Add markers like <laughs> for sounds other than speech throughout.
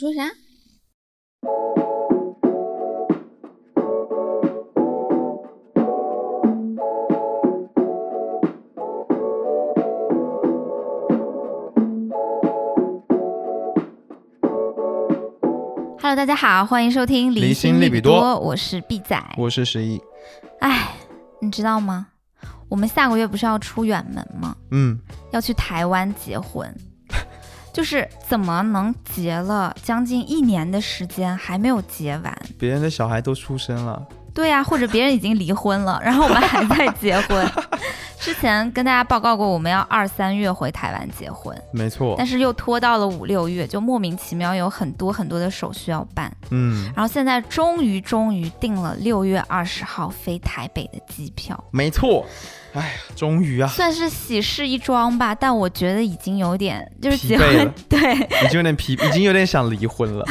你说啥？Hello，大家好，欢迎收听《离心力力比比多我是毕仔。我是十一，哎，你知道吗？我们下个月不是要出远门吗？嗯，要去台湾结婚， <laughs> 就是怎么能结了将近一年的时间还没有结完？别人的小孩都出生了，对呀、或者别人已经离婚了， <laughs> 然后我们还在结婚。 <laughs> 之前跟大家报告过，我们要二三月回台湾结婚，没错但，是又拖到了五六月，就莫名其妙有很多很多的手续要办。嗯，然后现在终于终于定了六月二十号飞台北的机票，没错，哎呀，终于啊，算是喜事一桩吧。但我觉得已经有点就是疲结惫婚 <laughs> 了对，已经有点疲，已经有点想离婚了。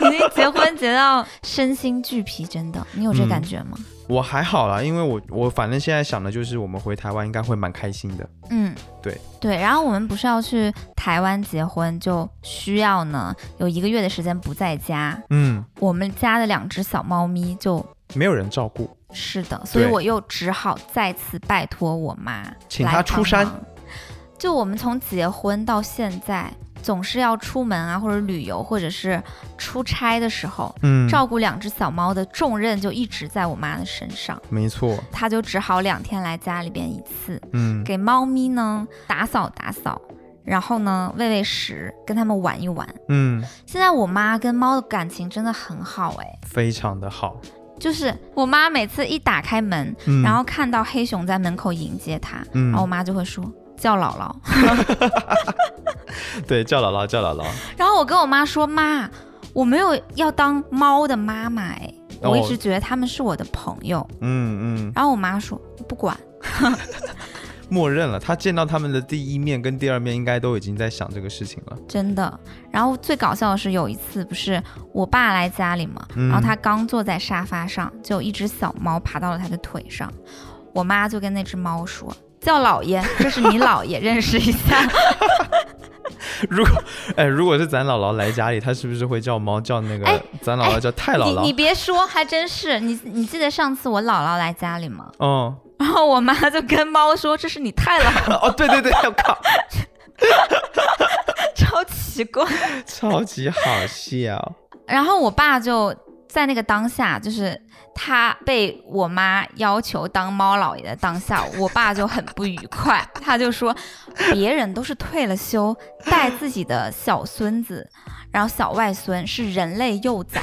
已经结婚结到身心俱疲，真的，你有这嗯感觉吗？我还好啦，因为我我反正现在想的就是我们回台湾应该会蛮开心的，嗯，对对。然后我们不是要去台湾结婚，就需要呢有一个月的时间不在家。嗯，我们家的两只小猫咪就没有人照顾，是的，所以对我又只好再次拜托我妈，请她出山。就我们从结婚到现在，总是要出门啊，或者旅游，或者是出差的时候，嗯，照顾两只小猫的重任就一直在我妈的身上。没错，她就只好两天来家里边一次，嗯，给猫咪呢打扫打扫，然后呢喂喂食，跟它们玩一玩。嗯，现在我妈跟猫的感情真的很好哎，非常的好，就是我妈每次一打开门，嗯，然后看到黑熊在门口迎接它，嗯然后我，妈就会说叫姥姥。 <laughs> 对，叫姥姥，叫姥姥，然后我跟我妈说妈，我没有要当猫的妈妈哎，哦我一直觉得他们是我的朋友。嗯嗯，然后我妈说不管，默认了，他见到他们的第一面跟第二面应该都已经在想这个事情了，真的。然后最搞笑的是有一次不是我爸来家里嘛，嗯然后他刚坐在沙发上，就有一只小猫爬到了他的腿上，我妈就跟那只猫说。叫姥爷，这是你姥爷，认识一下。如果 <laughs> 哎，如果是咱姥姥来家里，她是不是会叫猫叫那个？哎咱姥姥叫太 <laughs> 姥你你姥。别说，还真是你。你记得上次我姥姥来家里吗？ <laughs> 哦然后我妈就跟猫说：“这是你太姥姥 <laughs> 哦，对对对，我靠， <laughs> 超奇怪。超级好笑。然后我爸就在那个当下，就是他被我妈要求当猫老爷的当下，我爸就很不愉快，他就说别人都是退了休带自己的小孙子，然后小外孙是人类幼崽，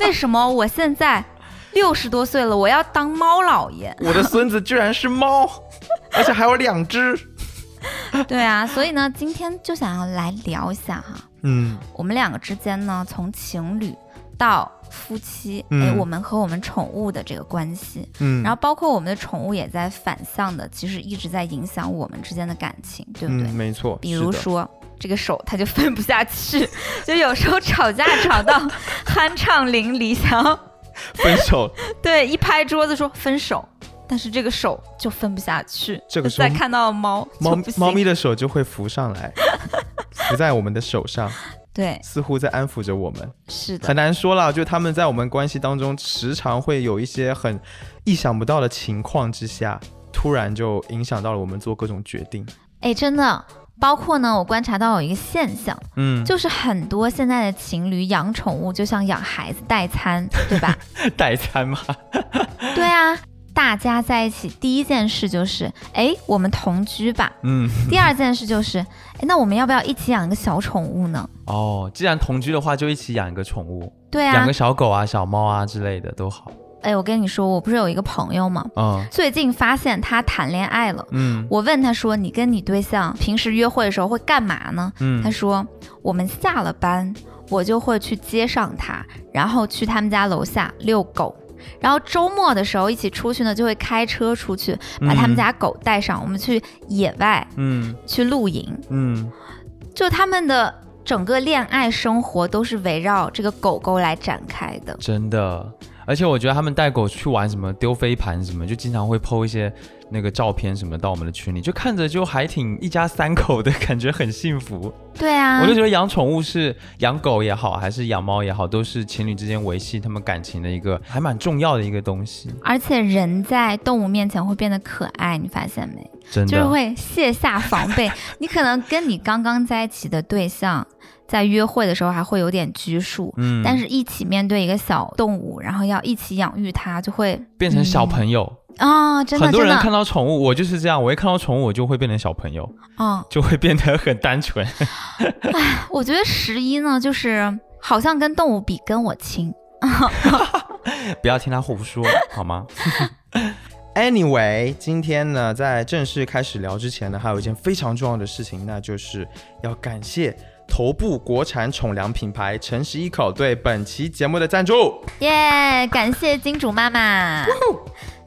为什么我现在六十多岁了，我要当猫老爷？我的孙子居然是猫， <laughs> 而且还有两只。对啊，所以呢，今天就想要来聊一下哈，嗯我们两个之间呢，从情侣到夫妻，嗯哎，我们和我们宠物的这个关系，嗯，然后包括我们的宠物也在反向的，其实一直在影响我们之间的感情，对不对？嗯，没错。比如是的，说这个手，它就分不下去， <laughs> 就有时候吵架吵到酣畅淋漓，想要分 <laughs> 手对一拍桌子说分手，但是这个手就分不下去。这个时候再看到猫，猫就不行猫咪的手就会浮上来，浮在我们的手上，对似乎在安抚着我们。是的很，难说啦，就他们在我们关系当中，时常会有一些很意想不到的情况之下，突然就影响到了我们做各种决定。哎，真的。包括呢，我观察到有一个现象，嗯，就是很多现在的情侣养宠物就像养孩子代餐，对吧？代餐嘛， <laughs> 对啊，大家在一起第一件事就是，哎，我们同居吧。嗯，第二件事就是，哎，那我们要不要一起养一个小宠物呢？哦，既然同居的话，就一起养一个宠物，对啊养个，小狗啊、小猫啊之类的都好。哎，我跟你说，我不是有一个朋友吗？嗯最近发现他谈恋爱了。嗯我问他说：“你跟你对象平时约会的时候会干嘛呢？”他嗯，说：“我们下了班，我就会去接上他，然后去他们家楼下遛狗。然后周末的时候一起出去呢，就会开车出去，把他们家狗带上，我们去野外嗯去露营。嗯，就他们的整个恋爱生活都是围绕这个狗狗来展开的。真的。而且我觉得他们带狗去玩什么丢飞盘什么，就经常会 PO 一些那个照片什么到我们的群里，就看着就还挺一家三口的感觉，很幸福。对啊，我就觉得养宠物是养狗也好，还是养猫也好，都是情侣之间维系他们感情的一个还蛮重要的一个东西，而且人在动物面前会变得可爱，你发现没？真的。就是会卸下防啊备。 <laughs> 你可能跟你刚刚在一起的对象在约会的时候还会有点拘束，嗯，但是一起面对一个小动物，然后要一起养育它，就会变成小朋友，啊、真的很多真人的，看到宠物，我就是这样，我一看到宠物，我就会变成小朋友，嗯，就会变得很单 <laughs> 纯。我觉得十一呢，就是好像跟动物比跟我亲，不要听他胡说，好 <laughs> 吗？Anyway，今天呢，在正式开始聊之前呢，还有一件非常重要的事情，那就是要感谢头部国产宠粮品牌诚实一口对本期节目的赞助。耶、感谢金主妈妈。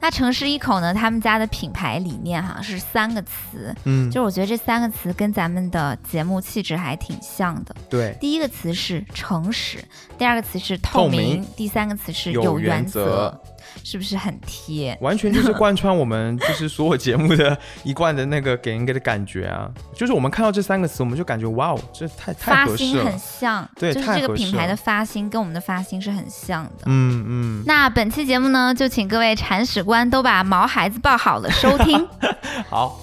那诚实一口呢，他们家的品牌理念哈是三个词，嗯就是我觉得这三个词跟咱们的节目气质还挺像的。对，第一个词是诚实，第二个词是透透明明，第三个词是有有原原则则，是不是很贴？完全就是贯穿我们就是所有节目的一贯的那个给人的感觉啊，就是我们看到这三个词，我们就感觉哇哦，这太太发合适心很了。像，对就是太这个合品适牌的了发心跟我们的发心是很像的。嗯嗯，那本期节目呢，就请各位铲屎官都把毛孩子抱好了收听。好，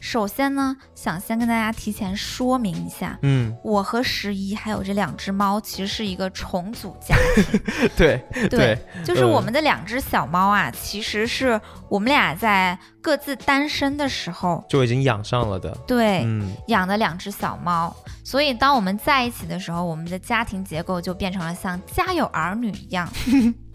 首先呢，想先跟大家提前说明一下，嗯，我和十一还有这两只猫其实是一个重组家 <laughs> 庭。 <laughs> 对对，就是嗯我们的两只小猫啊，其实是我们俩在各自单身的时候，就已经养上了的。对，嗯，养的两只小猫。所以当我们在一起的时候，我们的家庭结构就变成了像《家有儿女》一 <laughs> 样，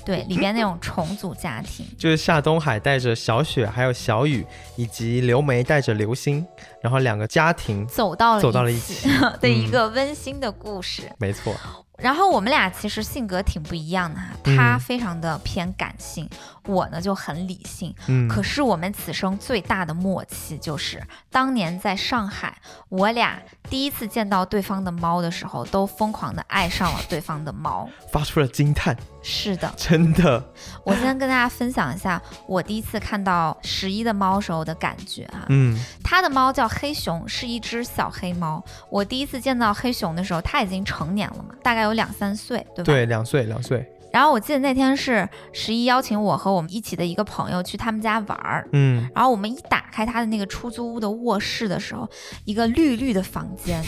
对，里边那种重组家庭。就是夏东海带着小雪，还有小雨，以及刘梅带着刘星，然后两个家庭走到了走到了一哦一起起的一嗯个温馨的故事。 <laughs> 没 <laughs> 错，然后我们俩其实性格挺不一样的哈，他非常的偏感性，我呢就很理性。嗯，可是我们此生最大的默契就是，当年在上海，我俩第一次见到对方的猫的时候，都疯狂的爱上了对方的猫。发出了惊叹，是的，真的，我先跟大家分享一下我第一次看到十一的猫时候的感觉啊。嗯，它的猫叫黑熊，是一只小黑猫。我第一次见到黑熊的时候，它已经成年了嘛，大概有两三岁，对吧？对，两岁，两岁，然后我记得那天是十一邀请我和我们一起的一个朋友去他们家玩儿，嗯，然后我们一打开他的那个出租屋的卧室的时候，一个绿绿的房间，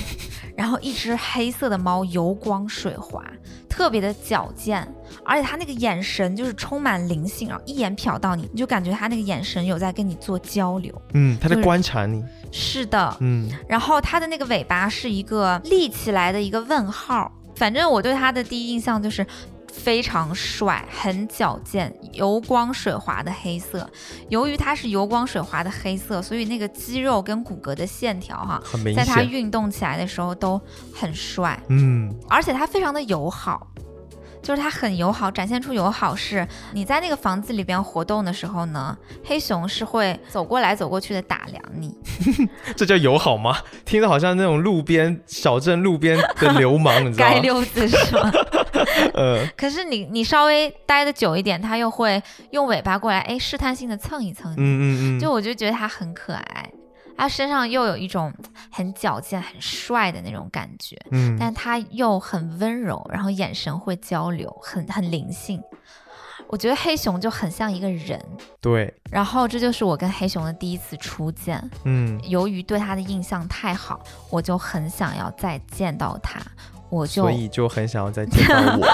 然后一只黑色的猫油光水滑，特别的矫健，而且它那个眼神就是充满灵性，然后一眼瞟到你，你就感觉它那个眼神有在跟你做交流。嗯，他在就是观察你，是的，嗯，然后它的那个尾巴是一个立起来的一个问号。反正我对它的第一印象就是非常帅，很矫健，油光水滑的黑色。由于它是油光水滑的黑色，所以那个肌肉跟骨骼的线条哈、很明在它显，运动起来的时候都很帅，嗯，而且它非常的友好。就是它很友好，展现出友好是你在那个房子里边活动的时候呢，黑熊是会走过来走过去的打量你，这叫友好吗？ <laughs> 听着好像那种路边小镇路边的流 <laughs> 氓，你知道街吗？溜子是吗？呃，可是你你稍微待的久一点，它又会用尾巴过来，哎，试探性的蹭一蹭你。嗯嗯嗯，就我就觉得它很可爱，它身上又有一种很矫健、很帅的那种感觉，嗯，但它又很温柔，然后眼神会交流，很很灵性。我觉得黑熊就很像一个人，对，然后这就是我跟黑熊的第一次初见。嗯，由于对它的印象太好，我就很想要再见到它，我就所以就很想要再见到我，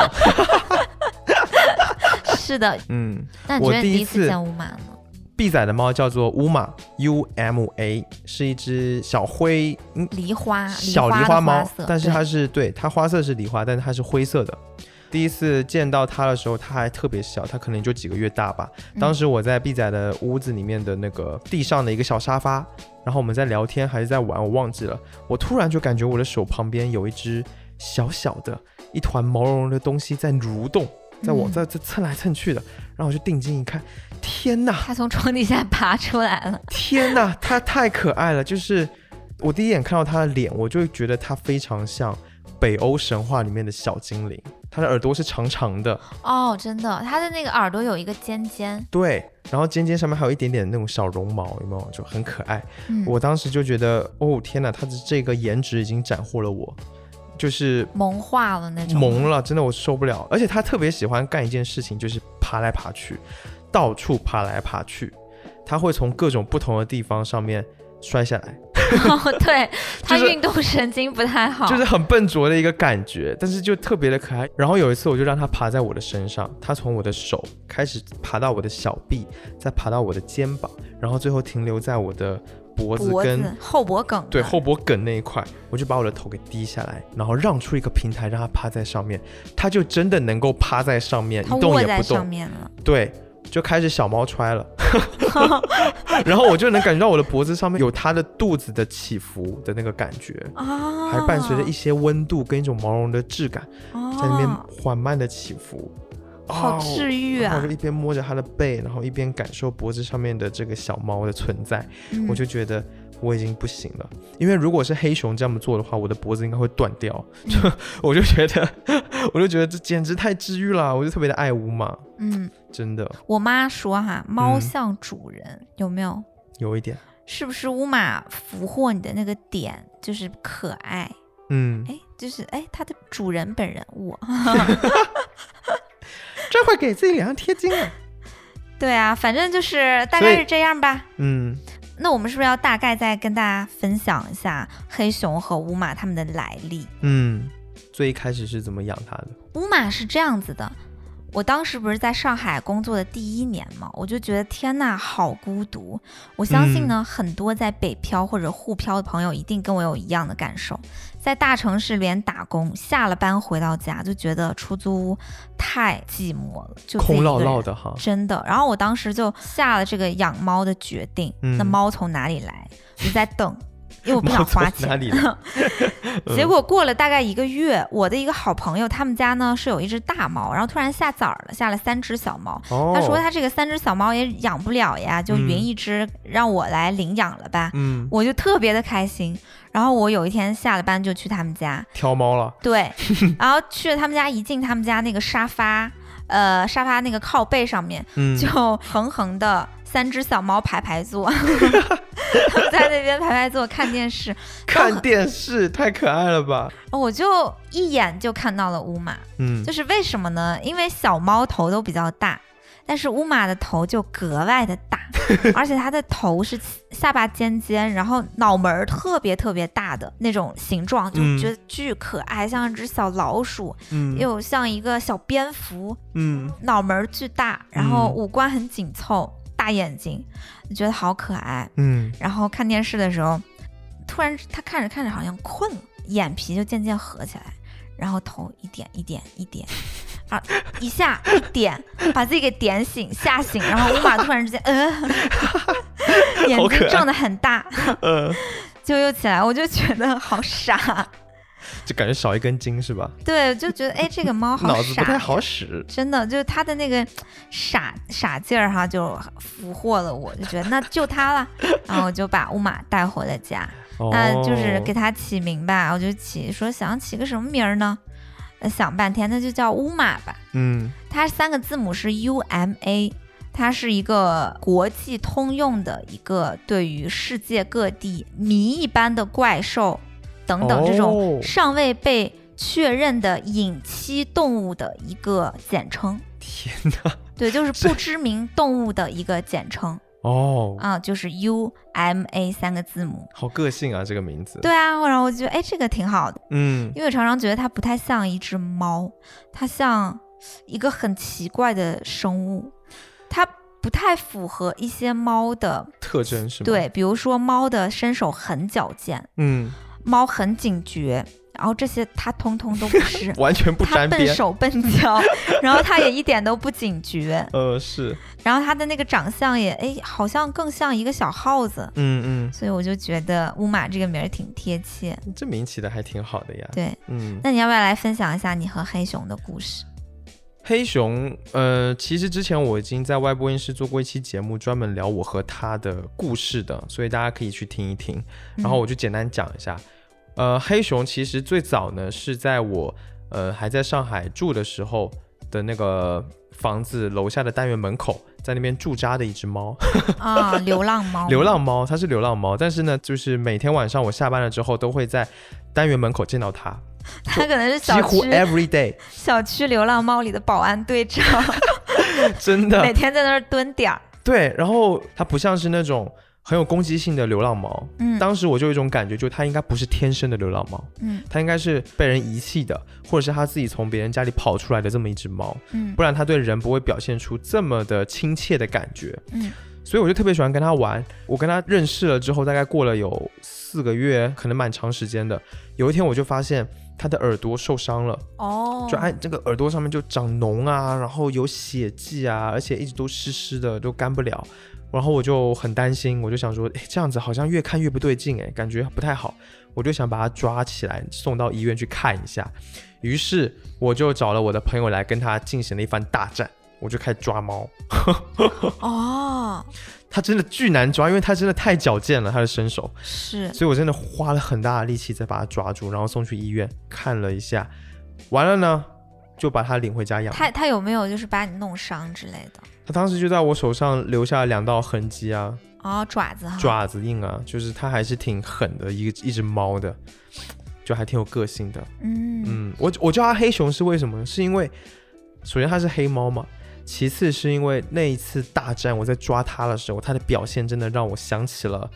是的。嗯。那你我觉得你第一第一次次见乌马呢？ B 仔的猫叫做乌玛 U M A，是一只小灰，嗯，梨花，小啊梨狸花的猫色，但是它对是对它花色是梨花，但是它是灰色的。第一次见到它的时候，它还特别小，它可能就几个月大吧。嗯当时我在 B 仔的屋子里面的那个地上的一个小沙发，然后我们在聊天还是在玩，我忘记了。我突然就感觉我的手旁边有一只小小的、一团毛茸茸的东西在蠕动，在我嗯在在蹭来蹭去的。然后我就定睛一看，天呐！它从床底下爬出来了，天呐，它太可爱了！就是我第一眼看到它的脸，我就觉得它非常像北欧神话里面的小精灵，它的耳朵是长长的， <laughs> 哦，真的，它的那个耳朵有一个尖尖，对，然后尖尖上面还有一点点那种小绒毛，有没有？就很可爱。嗯，我当时就觉得，哦天哪，他的这个颜值已经斩获了我，就是萌化了那种，萌了，真的我受不了。而且他特别喜欢干一件事情，就是爬来爬去，到处爬来爬去。他会从各种不同的地方上面摔下来， <laughs> 对，它就是运动神经不太好，就是很笨拙的一个感觉，但是就特别的可爱。然后有一次我就让他爬在我的身上，他从我的手开始爬到我的小臂，再爬到我的肩膀，然后最后停留在我的脖子脖跟子后脖梗，对，后脖梗那一块，我就把我的头给低下来，然后让出一个平台让它趴在上面，它就真的能够趴在上面，它一动卧也在不上动。面了，对，就开始小猫 <laughs> 揣了， <laughs> 然后我就能感觉到我的脖子上面有它的肚子的起伏的那个感觉，啊，还伴随着一些温度跟一种毛绒的质感在那边哦缓慢的起伏。好哦治愈然后啊我就，一边摸着它的背，然后一边感受脖子上面的这个小猫的存在。嗯我就觉得我已经不行了，因为如果是黑熊这样做的话，我的脖子应该会断掉。嗯就 <laughs> 我就觉得，我就觉得这 <laughs> 简直太治愈了，我就特别的爱乌马，嗯，真的我妈说哈，猫嗯像主人，有没有？有一点，是不是乌马俘获你的那个点就是可爱？嗯，哎，就是哎，它的主人本人我。这会给自己脸上贴金啊，对啊，反正就是大所概以是这样吧。嗯，那我们是不是要大概再跟大家分享一下黑熊和乌马它们的来历？嗯，最一开始是怎么养它的？乌马是这样子的，我当时不是在上海工作的第一年嘛，我就觉得天呐，好孤独。我相信嗯呢，很多在北漂或者沪漂的朋友一定跟我有一样的感受，在大城市连打工，下了班回到家就觉得出租屋太寂寞了，就自己一空个落落人的哈，真的。然后我当时就下了这个养猫的决定。嗯那猫从哪里来？我在等，因为我不猫想花从哪钱。里来？ <laughs> 嗯结果过了大概一个月，我的一个好朋友他们家呢是有一只大猫，然后突然下崽儿了，下了三只小猫。哦，他说他这个三只小猫也养不了呀，就嗯匀一只让我来领养了吧。嗯，我就特别的开心，然后我有一天下了班就去他们家，挑猫了， <laughs> 对，然后去了他们家，一进他们家那个沙发，呃，沙发那个靠背上面，嗯， <laughs> 就横横的三只小猫排排坐， <laughs> 他们在那边排排坐看电视，看电视太可爱了吧，我就一眼就看到了乌马，嗯就，是为什么呢？因为小猫头都比较大。但是乌马的头就格外的 <laughs> 大，而且它的头是下巴尖尖，然后脑门儿特别特别大的那种形状，就嗯觉得巨可爱，像一只小老鼠，嗯，又像一个小蝙蝠，嗯，脑门儿巨大，然后嗯五官很紧凑，大眼睛，觉得好可爱。嗯，然后看电视的时候，突然他看着看着好像困了，眼皮就渐渐合起来，然后头一点一点一点，啊，一下一点，把自己给点醒吓醒，然后乌马突然 <laughs> 之间，嗯、眼好可睛爱睁得很大，呃， <laughs> 就又起来，我就觉得好傻，就感觉少一根筋是吧？对，就觉得哎，这个猫好傻，脑子不太好使，真的就是他的那个傻傻劲儿哈，就俘获了我，就觉得那就他了，然后我就把乌马带回了家，哦那嗯就是给他起名吧，我就起说想起个什么名儿呢？呃想半天，那就叫乌马吧。嗯它三个字母是 U M A，它是一个国际通用的一个对于世界各地谜一般的怪兽等等这种哦尚未被确认的隐栖动物的一个简称。天哪，对，就是不知名动物的一个简称哦，啊，就是 U M A 三个字母。好个性啊，这个名字，对啊，然后我就觉得哎，这个挺好的，嗯，因为我常常觉得它不太像一只猫，它像一个很奇怪的生物，它不太符合一些猫的特征是吗？，对，比如说猫的身手很矫健，嗯，，猫很警觉，然后这些它通通都不是完全 <laughs> 不它沾笨边，手笨脚， <laughs> 然后它也一点都不警觉，呃，是，然后它的那个长相也，哎，好像更像一个小耗子，嗯所以我就觉得乌马这个名儿挺贴切。嗯，这名起的还挺好的呀，对，嗯，那你要不要来分享一下你和黑熊的故事？黑熊，呃，其实之前我已经在外播音室做过一期节目，专门聊我和他的故事的，所以大家可以去听一嗯听。然后我就简单讲一下，呃，黑熊其实最早呢是在我呃还在上海住的时候的那个房子楼下的单元门口，在那边驻扎的一只猫，啊，流浪猫， <laughs> 流浪猫，它是流浪猫，但是呢，就是每天晚上我下班了之后都会在单元门口见到它，它可能是几小乎区 every day，小区流浪猫里的保安队长， <laughs> 真的每天在那儿蹲点儿。对，然后它不像是那种很有攻击性的流浪猫，嗯当时我就有一种感觉，就它应该不是天生的流浪猫，嗯它应该是被人遗弃的，或者是它自己从别人家里跑出来的这么一只猫，嗯不然它对人不会表现出这么的亲切的感觉。嗯所以我就特别喜欢跟它玩。我跟它认识了之后，大概过了有四个月，可能蛮长时间的。有一天我就发现它的耳朵受伤了，哦，就按这个耳朵上面就长脓啊，然后有血迹啊，而且一直都湿湿的，都干不了。然后我就很担心，我就想说，哎，这样子好像越看越不对劲，哎，感觉不太好。我就想把它抓起来送到医院去看一下。于是我就找了我的朋友来跟他进行了一番大战，我就开始抓猫。哦，它真的巨难抓，因为它真的太矫健了，它的身手。是所以我真的花了很大的力气才把它抓住，然后送去医院看了一下，完了呢，就把它领回家养。它它有没有就是把你弄伤之类的？它当时就在我手上留下了两道痕迹啊，哦，爪子哈，爪子印啊，就是它还是挺狠的，一个一只猫的，就还挺有个性的。嗯嗯，我我叫它黑熊是为什么呢？是因为首先它是黑猫嘛，其次是因为那一次大战我在抓它的时候，它的表现真的让我想起了。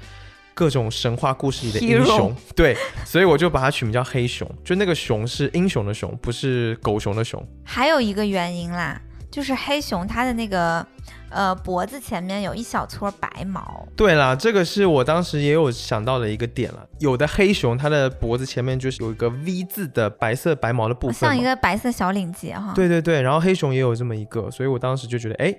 各种神话故事里 <laughs> 的英 Hero 雄，对，所以我就把它取名叫黑熊，就那个熊是英雄的熊，不是狗熊的熊。还有一个原因啦，就是黑熊它的那个呃脖子前面有一小撮白毛，对啦，这个是我当时也有想到的一个点了。有的黑熊它的脖子前面就是有一个 V 字的白色白毛的部分嘛，啊像一个白色小领结哈。，对对对，然后黑熊也有这么一个，所以我当时就觉得，哎，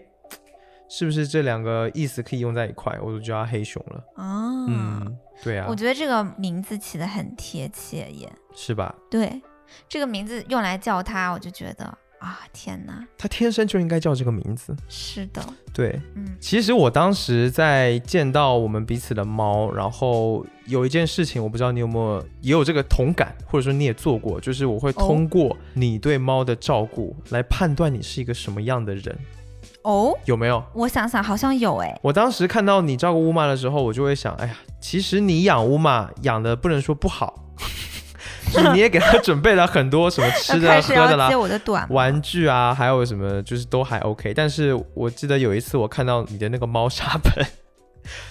是不是这两个意思可以用在一块？我就叫它黑熊了。哦，嗯，对啊我，觉得这个名字起的很贴切耶。是吧？对，这个名字用来叫它，我就觉得啊，天哪，它天生就应该叫这个名字。是的，对，嗯其实我当时在见到我们彼此的猫，然后有一件事情，我不知道你有没有也有这个同感，或者说你也做过，就是我会通过你对猫的照顾来判断你是一个什么样的人，哦，有没有？我想想，好像有哎，我当时看到你照顾乌玛的时候，我就会想，哎呀，其实你养乌玛养的不能说不好， <laughs> 就是你也给它准备了很多什么 <laughs> 吃要开的、喝始的要啦接。我的短吗玩具啊，还有什么，就是都还 OK。但是我记得有一次我看到你的那个猫砂盆， <laughs>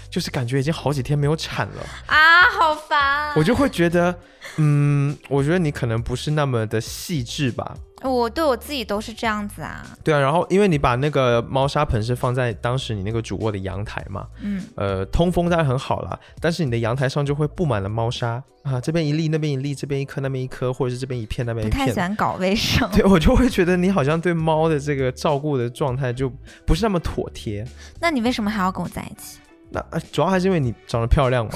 就是感觉已经好几天没有铲了，啊，好烦。我就会觉得，嗯，我觉得你可能不是那么的细致吧。我对我自己都是这样子啊，对啊，然后因为你把那个猫砂盆是放在当时你那个主卧的阳台嘛，嗯，呃，通风当然很好啦，但是你的阳台上就会布满了猫砂啊，这边一粒，那边一粒，这边一颗，那边一颗，或者是这边一片，那不边一太片喜。欢搞卫生。<laughs> <laughs> 对，我就会觉得你好像对猫的这个照顾的状态就不是那么妥帖。那你为什么还要跟我在一起？那、啊主要还是因为你长得漂亮嘛，。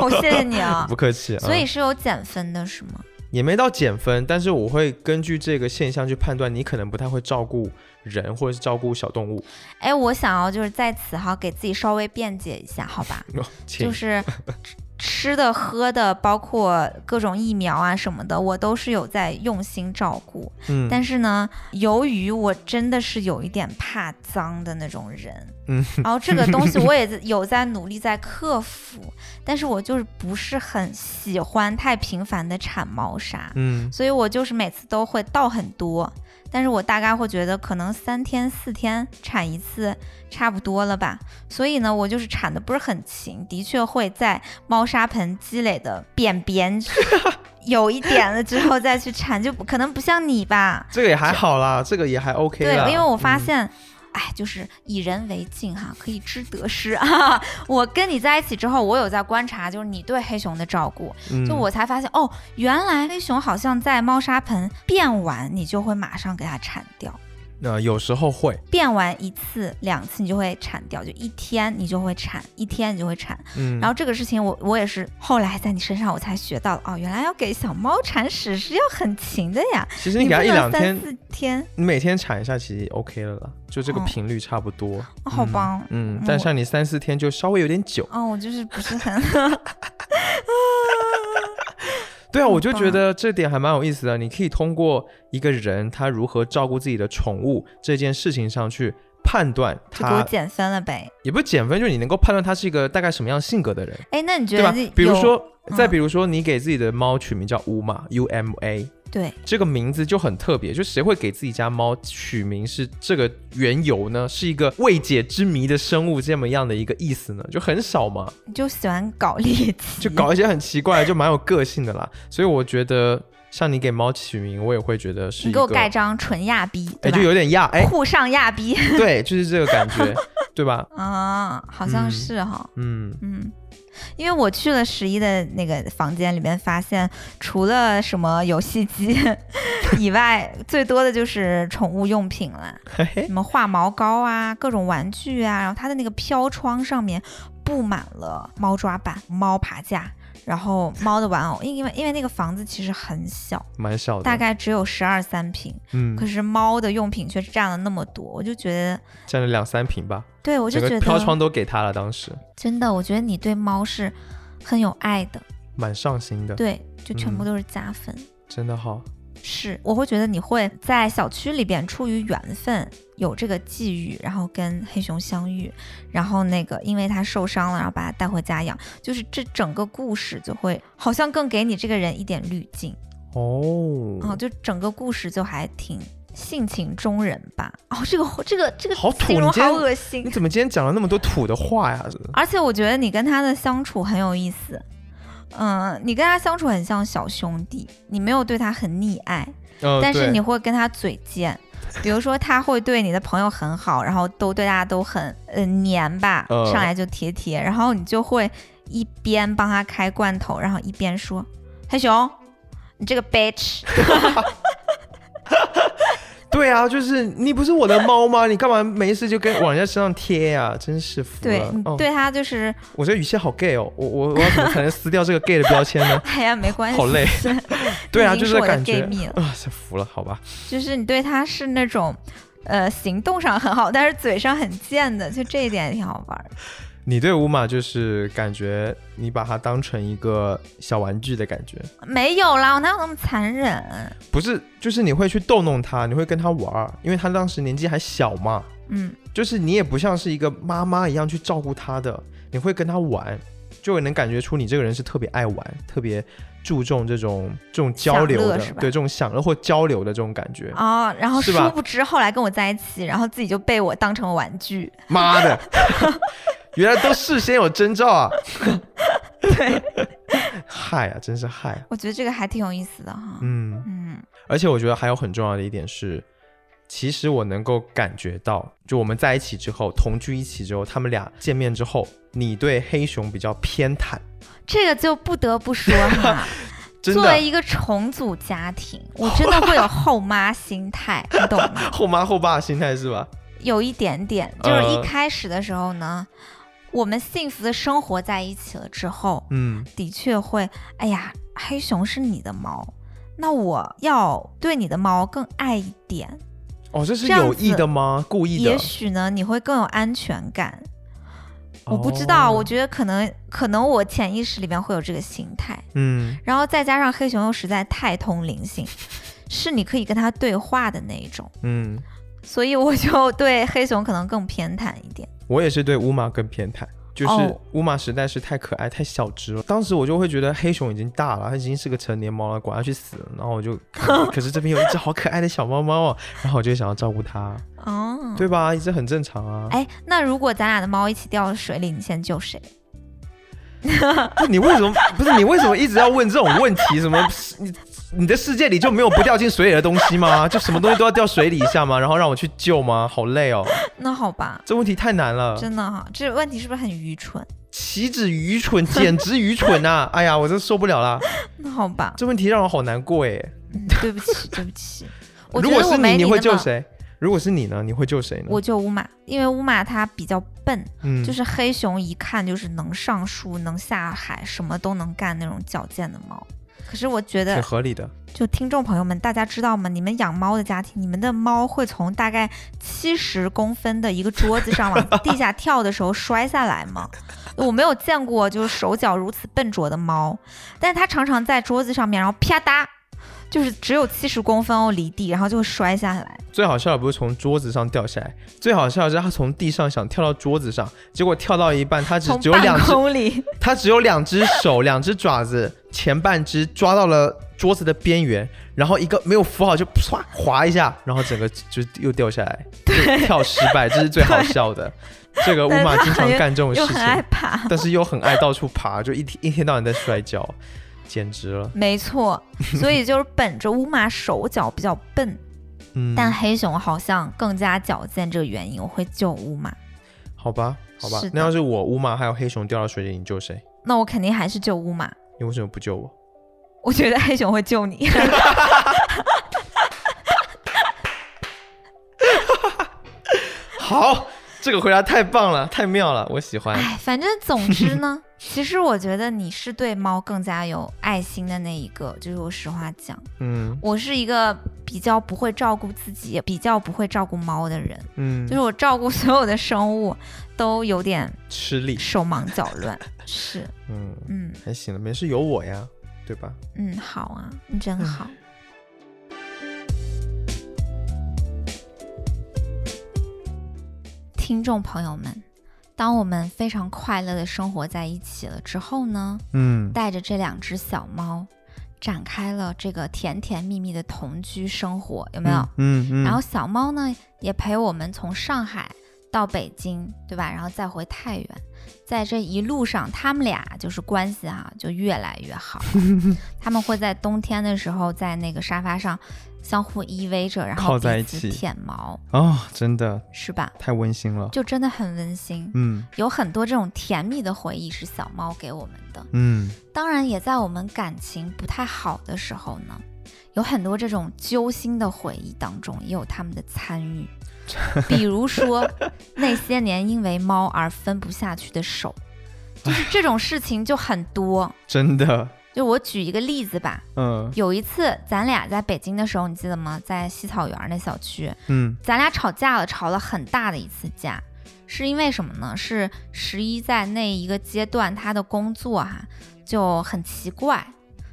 我谢谢你啊 <laughs> 不客气啊。 <laughs> 所以是有减分的，是吗？也没到减分，但是我会根据这个现象去判断你可能不太会照顾人或者是照顾小动物。 <laughs> 哎，我想要就是在此哈，给自己稍微辩解一下，好吧？请就是吃吃的、喝的，包括各种疫苗啊什么的，我都是有在用心照顾。嗯但是呢，由于我真的是有一点怕脏的那种人，嗯，然后这个东西我也有在努力在克服，但是我就是不是很喜欢太频繁的铲猫砂，嗯，所以我就是每次都会倒很多，但是我大概会觉得可能三天四天铲一次差不多了吧，所以呢，我就是铲的不是很勤，的确会在猫砂盆积累的便便有一点了之后再去铲，就可能不像你吧，这个也还好啦，这个也还 OK 对啦。，因为我发嗯现。哎，就是以人为镜哈，可以知得失啊！ <laughs> 我跟你在一起之后，我有在观察，就是你对黑熊的照顾，嗯就我才发现哦，原来黑熊好像在猫砂盆变完，你就会马上给它铲掉，呃有时候会，变完一次两次你就会铲掉，就一天你就会铲，一天你就会铲。嗯，然后这个事情我我也是后来在你身上我才学到的哦，原来要给小猫铲屎是要很勤的呀，其实你你给它不一能两天三，四天，你每天铲一下其实 OK 了啦，就这个哦频率差不多。哦好棒哦嗯，嗯嗯但我像你三四天 <laughs> 就稍微有点久，哦，我就是不是很对啊，我就觉棒得这点还蛮有意思的。你可以通过一个人他如何照顾自己的宠物这件事情上去判断就给我他，减分了呗。也不是减分，就是你能够判断他是一个大概什么样性格的人，哎，那你觉对得吧这？比如有说，再嗯比如说，你给自己的猫取名叫乌嘛 （U M A），对，这个名字就很特别，就谁会给自己家猫取名是这个缘由呢？是一个未解之谜的生物这么样的一个意思呢？就很少嘛，你就喜欢搞猎奇，就搞一些很奇怪，就蛮有个性的啦。所以我觉得，像你给猫起名，我也会觉得是你一给个我，盖张纯亚逼，哎，对吧就？有点亚，哎，沪上亚逼对， <laughs> 就是这个感觉，对吧？啊，好像嗯是哈、嗯，嗯，因为我去了十一的那个房间里面，发现除了什么游戏 <laughs> 机以外，最多的就是宠物用品了，嘿嘿什，么化毛膏啊，各种玩具啊，然后它的那个飘窗上面布满了猫抓板、猫爬架。然后猫的玩偶，因为因为那个房子其实很小，蛮少的，大概只有十二三平，嗯可，是猫的用品却占了那么多，我就觉得，占了两三瓶吧，对我就整觉个得飘窗都给他了，当时真的，我觉得你对猫是很有爱的，蛮上心的，对，就全部嗯都是加分。真的好，是，我会觉得你会在小区里边出于缘分有这个际遇，然后跟黑熊相遇，然后那个因为它受伤了，然后把它带回家养，就是这整个故事就会好像更给你这个人一点滤镜，哦，啊，就整个故事就还挺性情中人吧。哦，这个这个这个好土形容你今好天恶你心，怎么今天讲了那么多土的话呀？而且我觉得你跟他的相处很有意思。嗯，你跟他相处很像小兄弟，你没有对他很溺爱，嗯但是对你会跟他嘴贱，比如说他会对你的朋友很好，然后都对大家都很呃黏吧，呃上来就贴贴，然后你就会一边帮他开罐头，然后一边说：“黑熊，你这个 bitch，对啊，就是你不是我的猫吗？你干嘛没事就跟往人家身上贴呀、真是服对了。你哦，对他就是？我这语气好 gay 哦，我我我要怎么才能撕掉这个 gay 的标签呢 <laughs> 哎呀没关系，好累对啊，已就经是这 <laughs> 个我的感 gay 觉蜜了，啊，是服了，好吧。就是你对他是那种。”呃，行动上很好，但是嘴上很贱的，就这一点也挺好玩儿。你对乌马就是感觉你把它当成一个小玩具的感觉，没有啦，我哪有那么残忍？不是，就是你会去逗弄它，你会跟它玩儿，因为它当时年纪还小嘛，嗯，就是你也不像是一个妈妈一样去照顾他的，你会跟他玩，就能感觉出你这个人是特别爱玩，特别注重这种这种交流享的乐是，吧对这种享乐或交流的这种感觉。哦，然后是殊吧不知后来跟我在一起，然后自己就被我当成了玩 <laughs> 具。妈的，原来都事先有征兆啊！对，害啊，真是害啊！我觉得这个还挺有意思的哈。嗯，嗯而且我觉得还有很重要的一点是，其实我能够感觉到，就我们在一起之后，同居一起之后，他们俩见面之后，你对黑熊比较偏袒，这个就不得不说哈， <laughs> 真作的为一个重组家庭，我真的会有后妈心 <laughs> 态，你懂吗？后妈后爸的心态是吧？有一点点，就是一呃开始的时候呢，我们幸福的生活在一起了之后，嗯，的确会，哎呀，黑熊是你的猫，那我要对你的猫更爱一点。哦，这是这样有意的吗？故意的？也许呢，你会更有安全感。我不知道，哦我觉得可能可能我潜意识里面会有这个心态，嗯，然后再加上黑熊又实在太通灵性，是你可以跟它对话的那一种，嗯，所以我就对黑熊可能更偏袒一点。我也是对乌马更偏袒，就是哦乌马实在是太可爱、太小只了。当时我就会觉得黑熊已经大了，它已经是个成年猫了，管它去死。然后我就， <laughs> 可是这边有一只好可爱的小猫猫哦，然后我就想要照 <laughs> 顾它，哦，对吧？这很正常啊。哎，那如果咱俩的猫一起掉到水里，你先救谁？ <laughs> 不你为什么不是你为什么一直要问这种问题？什么 <laughs> 你你的世界里就没有不掉进水里的东西吗？就什么东西都要掉水里一下吗？然后让我去救吗？好累哦，那好吧，这问题太难了。真的哈、这问题是不是很愚蠢？岂止愚蠢，简直愚蠢呐、哎呀，我真受不了啦！那好吧，这问题让我好难过哎。嗯， <laughs> 对不起，对不起。我觉如果得是我你，没你那会救么谁？如果是你呢？你会救谁呢？我救乌马，因为乌马它比较笨，嗯，就是黑熊一看就是能上树、能下海、什么都能干那种矫健的猫。可是我觉挺得合理的。就听众朋友们，大家知道吗？你们养猫的家庭，你们的猫会从大概七十公分的一个桌子上往地下跳的时候摔下来 <laughs> 吗？我没有见过就是手脚如此笨拙的猫，但是它常常在桌子上面，然后啪嗒，就是只有七十公分哦离地，然后就会摔下来。最好笑的不是从桌子上掉下来，最好笑的是它从地上想跳到桌子上，结果跳到一半，它只从只有两半只，空 <laughs> 里，它只有两只手、两只爪子，前半只抓到了桌子的边缘，然后一个没有扶好就唰滑一下，然后整个就又掉下来，就跳失败，这是最好笑的。这个乌马经常干这种又事很情，害怕。 <laughs> 但是又很爱到处爬，就一天一天到晚在摔跤，简直了。没错，所以就是本着乌马手脚比较笨，嗯，但黑熊好像更加矫健这个原因，我会救乌马。好吧，好吧是的，那要是我乌马还有黑熊掉到水里，你救谁？那我肯定还是救乌马，你为什么不 <laughs> 救我？我觉得黑熊会救 <laughs> 你。好，这个回答太棒了，太妙了，我喜欢。哎，反正总之呢，其实我觉得你是对猫更加有爱心的那一个，就是我实话讲，嗯我是一个比较不会照顾自己，也比较不会照顾猫的人，嗯，就是我照顾所有的生物都有点吃力。手忙脚乱。是，嗯，嗯还行了，没事，有我呀，对吧？嗯，好啊，你真好。听众朋友们，当我们非常快乐的生活在一起了之后呢，嗯带着这两只小猫，展开了这个甜甜蜜蜜的同居生活，有没有？嗯嗯然后小猫呢，也陪我们从上海到北京，对吧？然后再回太原，在这一路上，他们俩就是关系哈、就越来越好。 <laughs> 他们会在冬天的时候在那个沙发上相互依偎着，然后靠在彼一此起舔毛，哦，真的是吧？太温馨了。就真的很温馨。嗯有很多这种甜蜜的回忆是小猫给我们的，嗯当然也在我们感情不太好的时候呢，有很多这种揪心的回忆当中也有他们的参与，比如说那些年因为猫而分不下去的手，就是这种事情就很多。真的，就我举一个例子吧，嗯有一次咱俩在北京的时候，你记得吗？在西草园那小区，嗯咱俩吵架了，吵了很大的一次架，是因为什么呢？是十一在那一个阶段，他的工作哈、就很奇怪，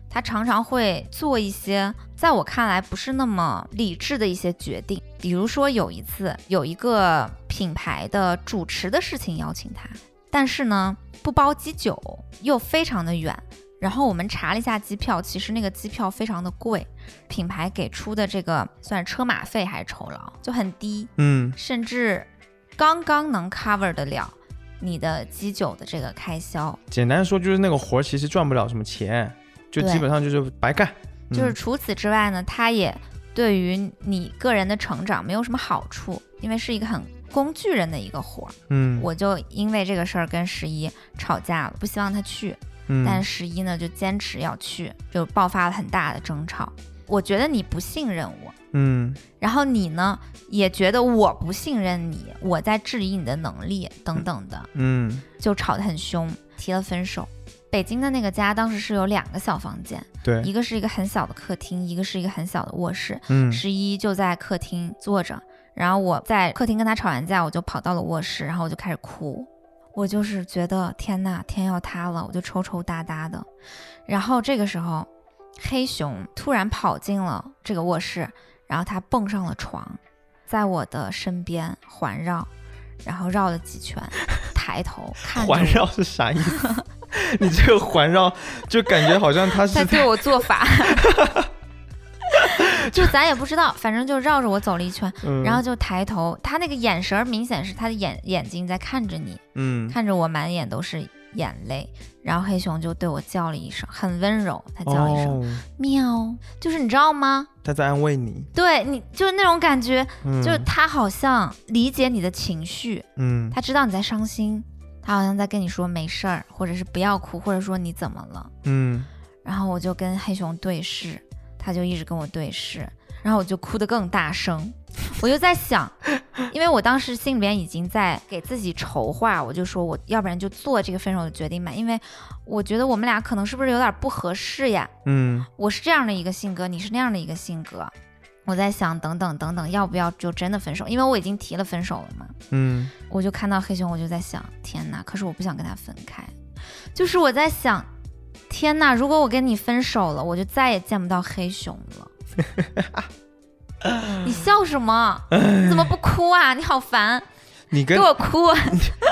他常常会做一些在我看来不是那么理智的一些决定，比如说有一次有一个品牌的主持的事情邀请他，但是呢不包机酒，又非常的远。然后我们查了一下机票，其实那个机票非常的贵，品牌给出的这个算是车马费还是酬劳就很低，嗯甚至刚刚能 cover 得了你的基酒的这个开销。简单说就是那个活儿其实赚不了什么钱，就对基本上就是白干。嗯就是除此之外呢，它也对于你个人的成长没有什么好处，因为是一个很工具人的一个活儿。嗯，我就因为这个事儿跟十一吵架了，不希望他去，嗯但十一呢就坚持要去，就爆发了很大的争吵。我觉得你不信任我。嗯然后你呢也觉得我不信任你，我在质疑你的能力等等的，嗯，就吵得很凶，提了分手。北京的那个家当时是有两个小房间，对，一个是一个很小的客厅，一个是一个很小的卧室。嗯十一就在客厅坐着，然后我在客厅跟他吵完架，我就跑到了卧室，然后我就开始哭，我就是觉得天呐，天要塌了，我就抽抽搭搭的。然后这个时候，黑熊突然跑进了这个卧室，然后它蹦上了床，在我的身边环绕，然后绕了几圈，抬头看着环我，绕是啥意思？ <laughs> 你这个环绕就感觉好像它在是对我做法。 <laughs> 就咱也不知道，反正就绕着我走了一圈，嗯然后就抬头，他那个眼神儿明显是他的眼眼睛在看着你，嗯看着我满眼都是眼泪。然后黑熊就对我叫了一声，很温柔，它叫了一声、哦，喵，就是你知道吗？它在安慰你，对你就是那种感觉，嗯就是它好像理解你的情绪，嗯它知道你在伤心，它好像在跟你说没事儿，或者是不要哭，或者说你怎么了。嗯然后我就跟黑熊对视，它就一直跟我对视，然后我就哭得更大声，我就在想，因为我当时心里面已经在给自己筹划，我就说我要不然就做这个分手的决定吧，因为我觉得我们俩可能是不是有点不合适呀？嗯，我是这样的一个性格，你是那样的一个性格。我在想，等等等等，要不要就真的分手？因为我已经提了分手了嘛。嗯，我就看到黑熊，我就在想，天呐，可是我不想跟他分开，就是我在想，天呐，如果我跟你分手了，我就再也见不到黑熊了。你笑什么？你怎么不哭啊？你好烦，你跟给我哭！啊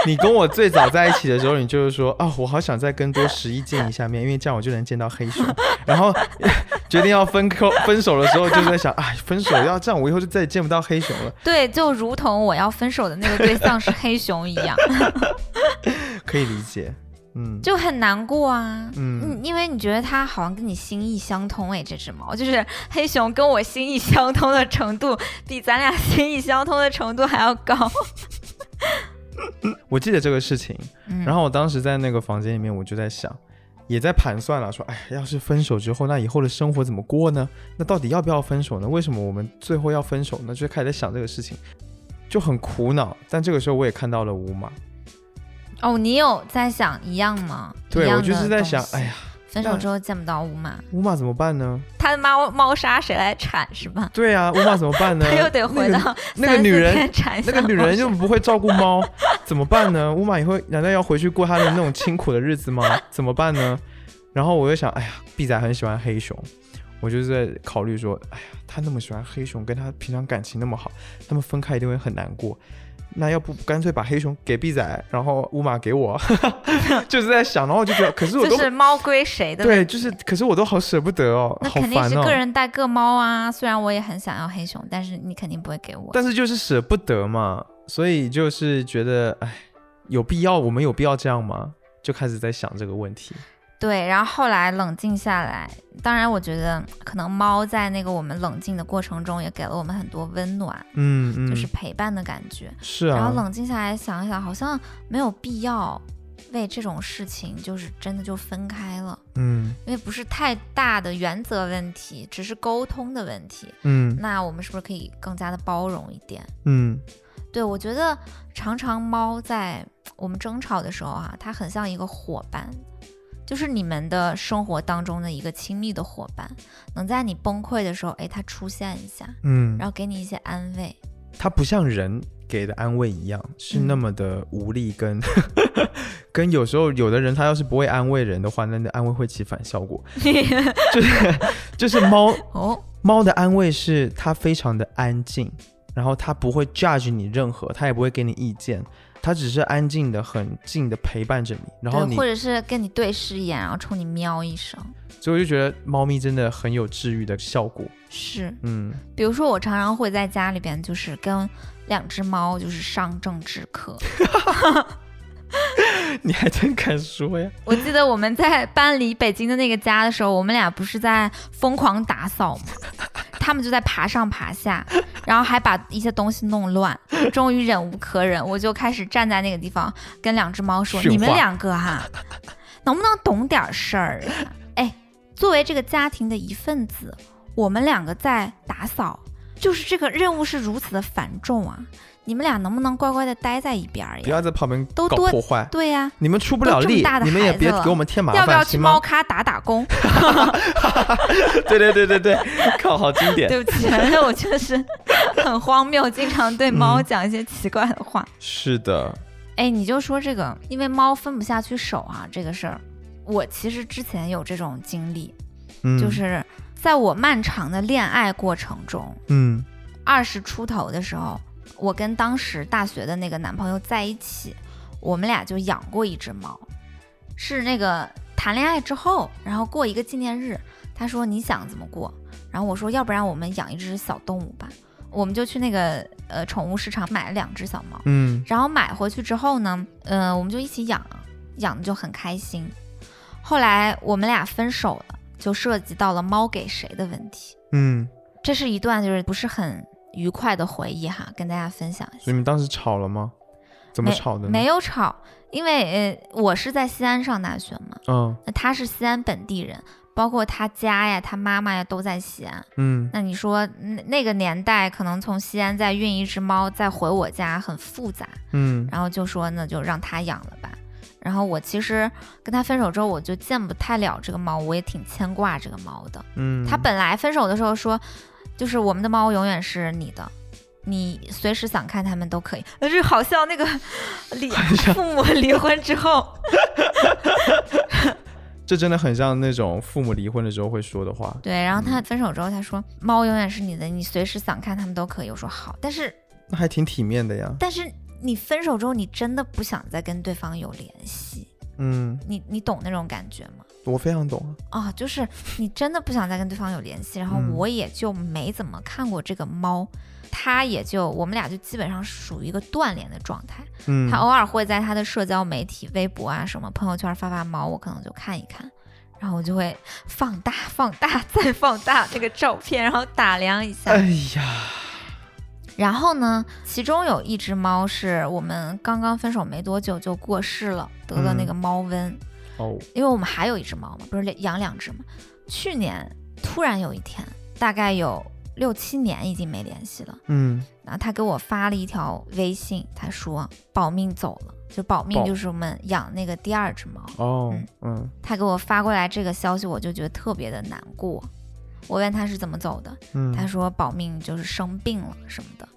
你跟我最早在一起的时候，你就是说啊、我好想再跟多十一见一下面，因为这样我就能见到黑熊。然后 <laughs> 决定要分扣分手的时候，就在想，哎，分手要这样，我以后就再也见不到黑熊了。 <laughs> 对，就如同我要分手的那个对象是黑熊一样，可以理解，嗯就很难过啊。嗯嗯，因为你觉得它好像跟你心意相通哎，这只猫就是黑熊跟我心意相通的程度，比咱俩心意相通的程度还要高。我记得这个事情。嗯，然后我当时在那个房间里面，我就在想，也在盘算了，说，哎，要是分手之后，那以后的生活怎么过呢？那到底要不要分手呢？为什么我们最后要分手呢？就开始在想这个事情，就很苦恼。但这个时候我也看到了五马，哦，你有在想一样吗？一对样我的就是在想东，西哎呀，分手之后见不到乌马，乌马怎么办呢？他的猫猫砂谁来铲是吧？对啊，乌马怎么办 <laughs> 呢他？又得回到那个三女四人，天铲一 <laughs> 那个下女猫人砂又不会照顾 <laughs> 猫，怎么办呢？乌马以后难道要回去过她的那种清苦的 <laughs> 日子吗？怎么办呢？然后我又想，哎呀，毕仔很喜欢黑熊，我就在考虑说，哎呀，他那么喜欢黑熊，跟他平常感情那么好，他们分开一定会很难过。那要不干脆把黑熊给毕仔，然后乌马给我， <laughs> 就是在想，然后我就觉得，可是我都、就是猫归谁的问对，题就是，可是我都好舍不得哦，那好肯定烦是哦。各人带各猫啊。虽然我也很想要黑熊，但是你肯定不会给我。但是就是舍不得嘛，所以就是觉得，哎，有必要，我们有必要这样吗？就开始在想这个问题。对，然后后来冷静下来，当然我觉得可能猫在那个我们冷静的过程中也给了我们很多温暖，嗯嗯，就是陪伴的感觉。是然后啊，冷静下来想一想，好像没有必要为这种事情就是真的就分开了，嗯因为不是太大的原则问题，只是沟通的问题。嗯那我们是不是可以更加的包容一点？嗯，对我觉得常常猫在我们争吵的时候啊，它很像一个伙伴。就是你们的生活当中的一个亲密的伙伴，能在你崩溃的时候，哎，它出现一下，嗯然，后给你一些安慰。它不像人给的安慰一样，是嗯那么的无力跟、 <laughs> 跟有时候有的人他要是不会安慰人的话，那那安慰会起反效 <laughs> 果。就是 <laughs> 就是猫哦，猫的安慰是它非常的安静，然后它不会 judge 你任何，它也不会给你意见，它只是安静的、很静的陪伴着你。然后对你或，者是跟你对视一眼，然后冲你喵一声。所以我就觉得猫咪真的很有治愈的效果。是， <laughs> 嗯比如说我常常会在家里边，就是跟两只猫就是上政治课。你还真敢说呀？我记得我们在搬离北京的那个家的时候，我们俩不是在疯狂打扫吗？他们就在爬上爬下，然后还把一些东西弄乱。终于忍无可忍，我就开始站在那个地方跟两只猫说：“训话你们两个哈、能不能懂点事儿啊？哎，作为这个家庭的一份子，我们两个在打扫，就是这个任务是如此的繁重啊！你们俩能不能乖乖的待在一边儿不呀？要在旁边都搞多破坏。对呀、你们出不了都这么力大，的你们也别孩子了给我们添麻烦，要不要去行吗猫？咖打打工？对对对 <laughs> 对对，靠，好经典。对不 <laughs> 起，反正我就是很荒谬，经常对猫讲一些奇怪的话。是的，哎，你就说这个，因为猫分不下去手啊，这个事儿，我其实之前有这种经历，嗯，就是在我漫长的恋爱过程中，嗯二十出头的时候，我跟当时大学的那个男朋友在一起，我们俩就养过一只猫，是那个谈恋爱之后，然后过一个纪念日，他说你想怎么过，然后我说要不然我们养一只小动物吧，我们就去那个呃宠物市场买了两只小猫，嗯然后买回去之后呢，嗯、我们就一起养，养的就很开心。后来我们俩分手了，就涉及到了猫给谁的问题。嗯，这是一段就是不是很愉快的回忆哈，跟大家分享一所以你下。们当时吵了吗？怎么吵的呢？没有吵，因为呃我是在西安上大学嘛，嗯那他是西安本地人，包括他家呀、他妈妈呀都在西安。嗯，那你说那那个年代，可能从西安再运一只猫再回我家很复杂，嗯，然后就说那就让他养了吧。然后我其实跟他分手之后，我就见不太了这个猫，我也挺牵挂这个猫的。嗯，他本来分手的时候说，就是我们的猫永远是你的，你随时想看它们都可以。呃，这好像 <laughs> 那个离父母离婚之后，这真的很像那种父母离婚的时候会说的话。对，然后他分手之后他说，猫永远是你的，你随时想看它们都可以。我说好，但是那还挺体面的呀。但是你分手之后，你真的不想再跟对方有联系，嗯，你你懂那种感觉吗？我非常懂啊。哦，就是你真的不想再跟对方有联 <laughs> 系，然后嗯我也就没怎么看过这个猫，它也就我们俩就基本上是属于一个断联的状态。嗯，它偶尔会在它的社交媒体、微博啊什么朋友圈发发猫，我可能就看一看，然后我就会放大、放大、再放大那个照片，然后打量一下。哎呀，然后呢，其中有一只猫是我们刚刚分手没多久就过世了，得了那嗯个猫瘟。哦，因为我们还有一只猫嘛，不是两养两只嘛。去年突然有一天，大概有六七年已经没联系了，嗯，然后他给我发了一条微信，他说保命走了，就保命保就是我们养那个第二只猫。哦嗯，嗯他给我发过来这个消息，我就觉得特别的难过。我问他是怎么走的，他嗯，说保命就是生病了什么的，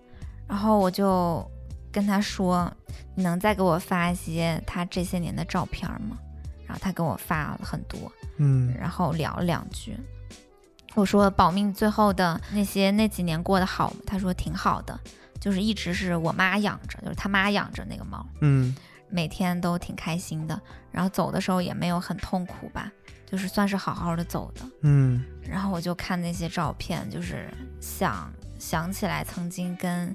然后我就跟他说，你能再给我发一些他这些年的照片吗？然后他给我发了很多，嗯，然后聊了两句。我说保命最后的那些那几年过得好吗？他说挺好的，就是一直是我妈养着，就是他妈养着那个猫，嗯，每天都挺开心的。然后走的时候也没有很痛苦吧，就是算是好好的走的。嗯，然后我就看那些照片，就是想想起来曾经跟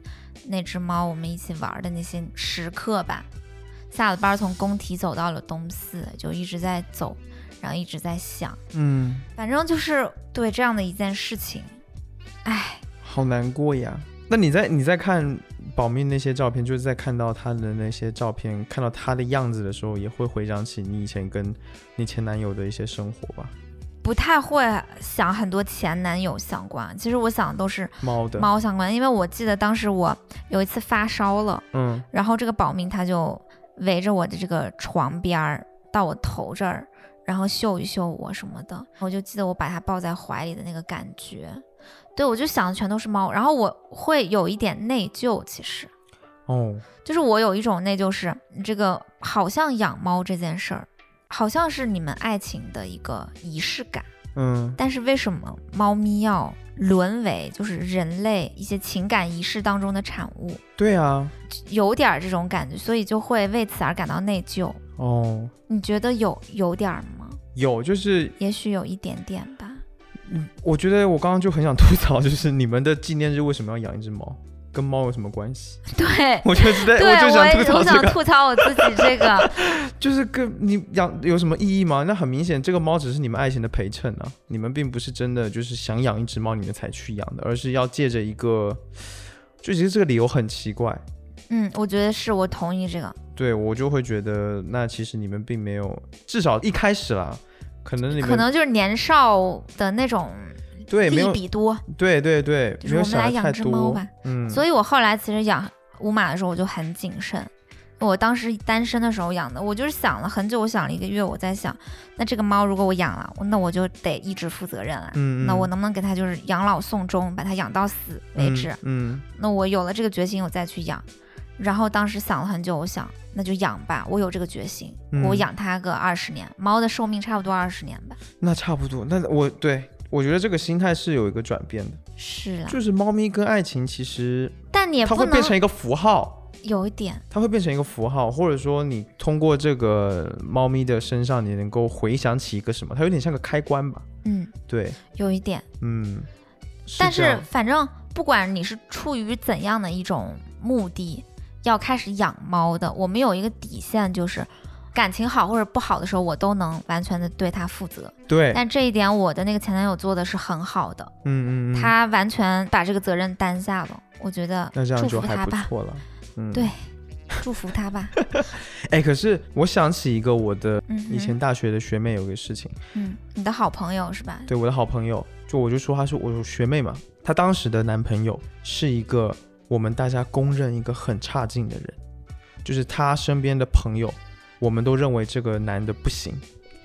那只猫我们一起玩的那些时刻吧。下了班从工体走到了东四，就一直在走，然后一直在想，嗯，反正就是对这样的一件事情，哎，好难过呀。那你在你在看保密那些照片，就是在看到他的那些照片，看到他的样子的时候，也会回想起你以前跟你前男友的一些生活吧？不太会想很多前男友相关。其实我想的都是猫的，，猫相关，因为我记得当时我有一次发烧了，嗯，然后这个保命它就围着我的这个床边儿到我头这儿，然后嗅一嗅我什么的。我就记得我把它抱在怀里的那个感觉，对我就想的全都是猫，然后我会有一点内疚，其实哦，就是我有一种内疚是这个好像养猫这件事儿，好像是你们爱情的一个仪式感。嗯，但是为什么猫咪要沦为就是人类一些情感仪式当中的产物？对啊，有点儿这种感觉，所以就会为此而感到内疚。哦，你觉得有有点儿吗？有就是也许有一点点吧。 <laughs> 我觉得我刚刚就很想吐槽，就是你们的纪念日为什么要养一只猫？跟猫有什么 <laughs> 关系？对，我觉得是在，对就想吐我槽我这想个，吐槽我自己这 <laughs> 个，就是跟你养有什么意义吗？那很明显，这个猫只是你们爱情的陪衬啊，你们并不是真的就是想养一只猫你们才去养的，而是要借着一个，就其实这个理由很奇怪。嗯，我觉得是我同意这个。对我就会觉得，那其实你们并没有，至少一开始啦，可能你们可能就是年少的那种对没利有比多，对对对，就是没有我们来想的养太只猫多吧，嗯，所以以我后来其实养五马的时候我就很谨慎。我当时单身的时候养的，我就是想了很久，我想了一个月，我在想，那这个猫如果我养了，那我就得一直负责任了。嗯，那我嗯能不能给它就是养老送终，把它养到死为止？嗯，嗯那我有了这个决心，我再去养。然后当时想了很久，我想那就养吧，我有这个决心，嗯我养它个二十年，猫的寿命差不多二十年吧。那差不多。那我对我觉得这个心态是有一个转变的，是啦，就是猫咪跟爱情其实但你也它不会能变成一个符号，有一点，它会变成一个符号，或者说你通过这个猫咪的身上，你能够回想起一个什么，它有点像个开关吧？嗯，对，有一点。嗯。但这是样反正不管你是出于怎样的一种目的要开始养猫的，我们有一个底线，就是感情好或者不好的时候，我都能完全的对它负责。对，但这一点，我的那个前男友做的是很好的。嗯嗯嗯，他完全把这个责任担下了，我觉得 <laughs> 那这样祝就福还他不吧。错了，嗯，对祝福他吧。哎，可是我想起一个我的嗯哼，以前大学的学妹有个事情，嗯，你的好朋友是吧？对我的好朋友，就我就说她是我学妹嘛，她当时的男朋友是一个我们大家公认一个很差劲的人，就是她身边的朋友，我们都认为这个男的不行，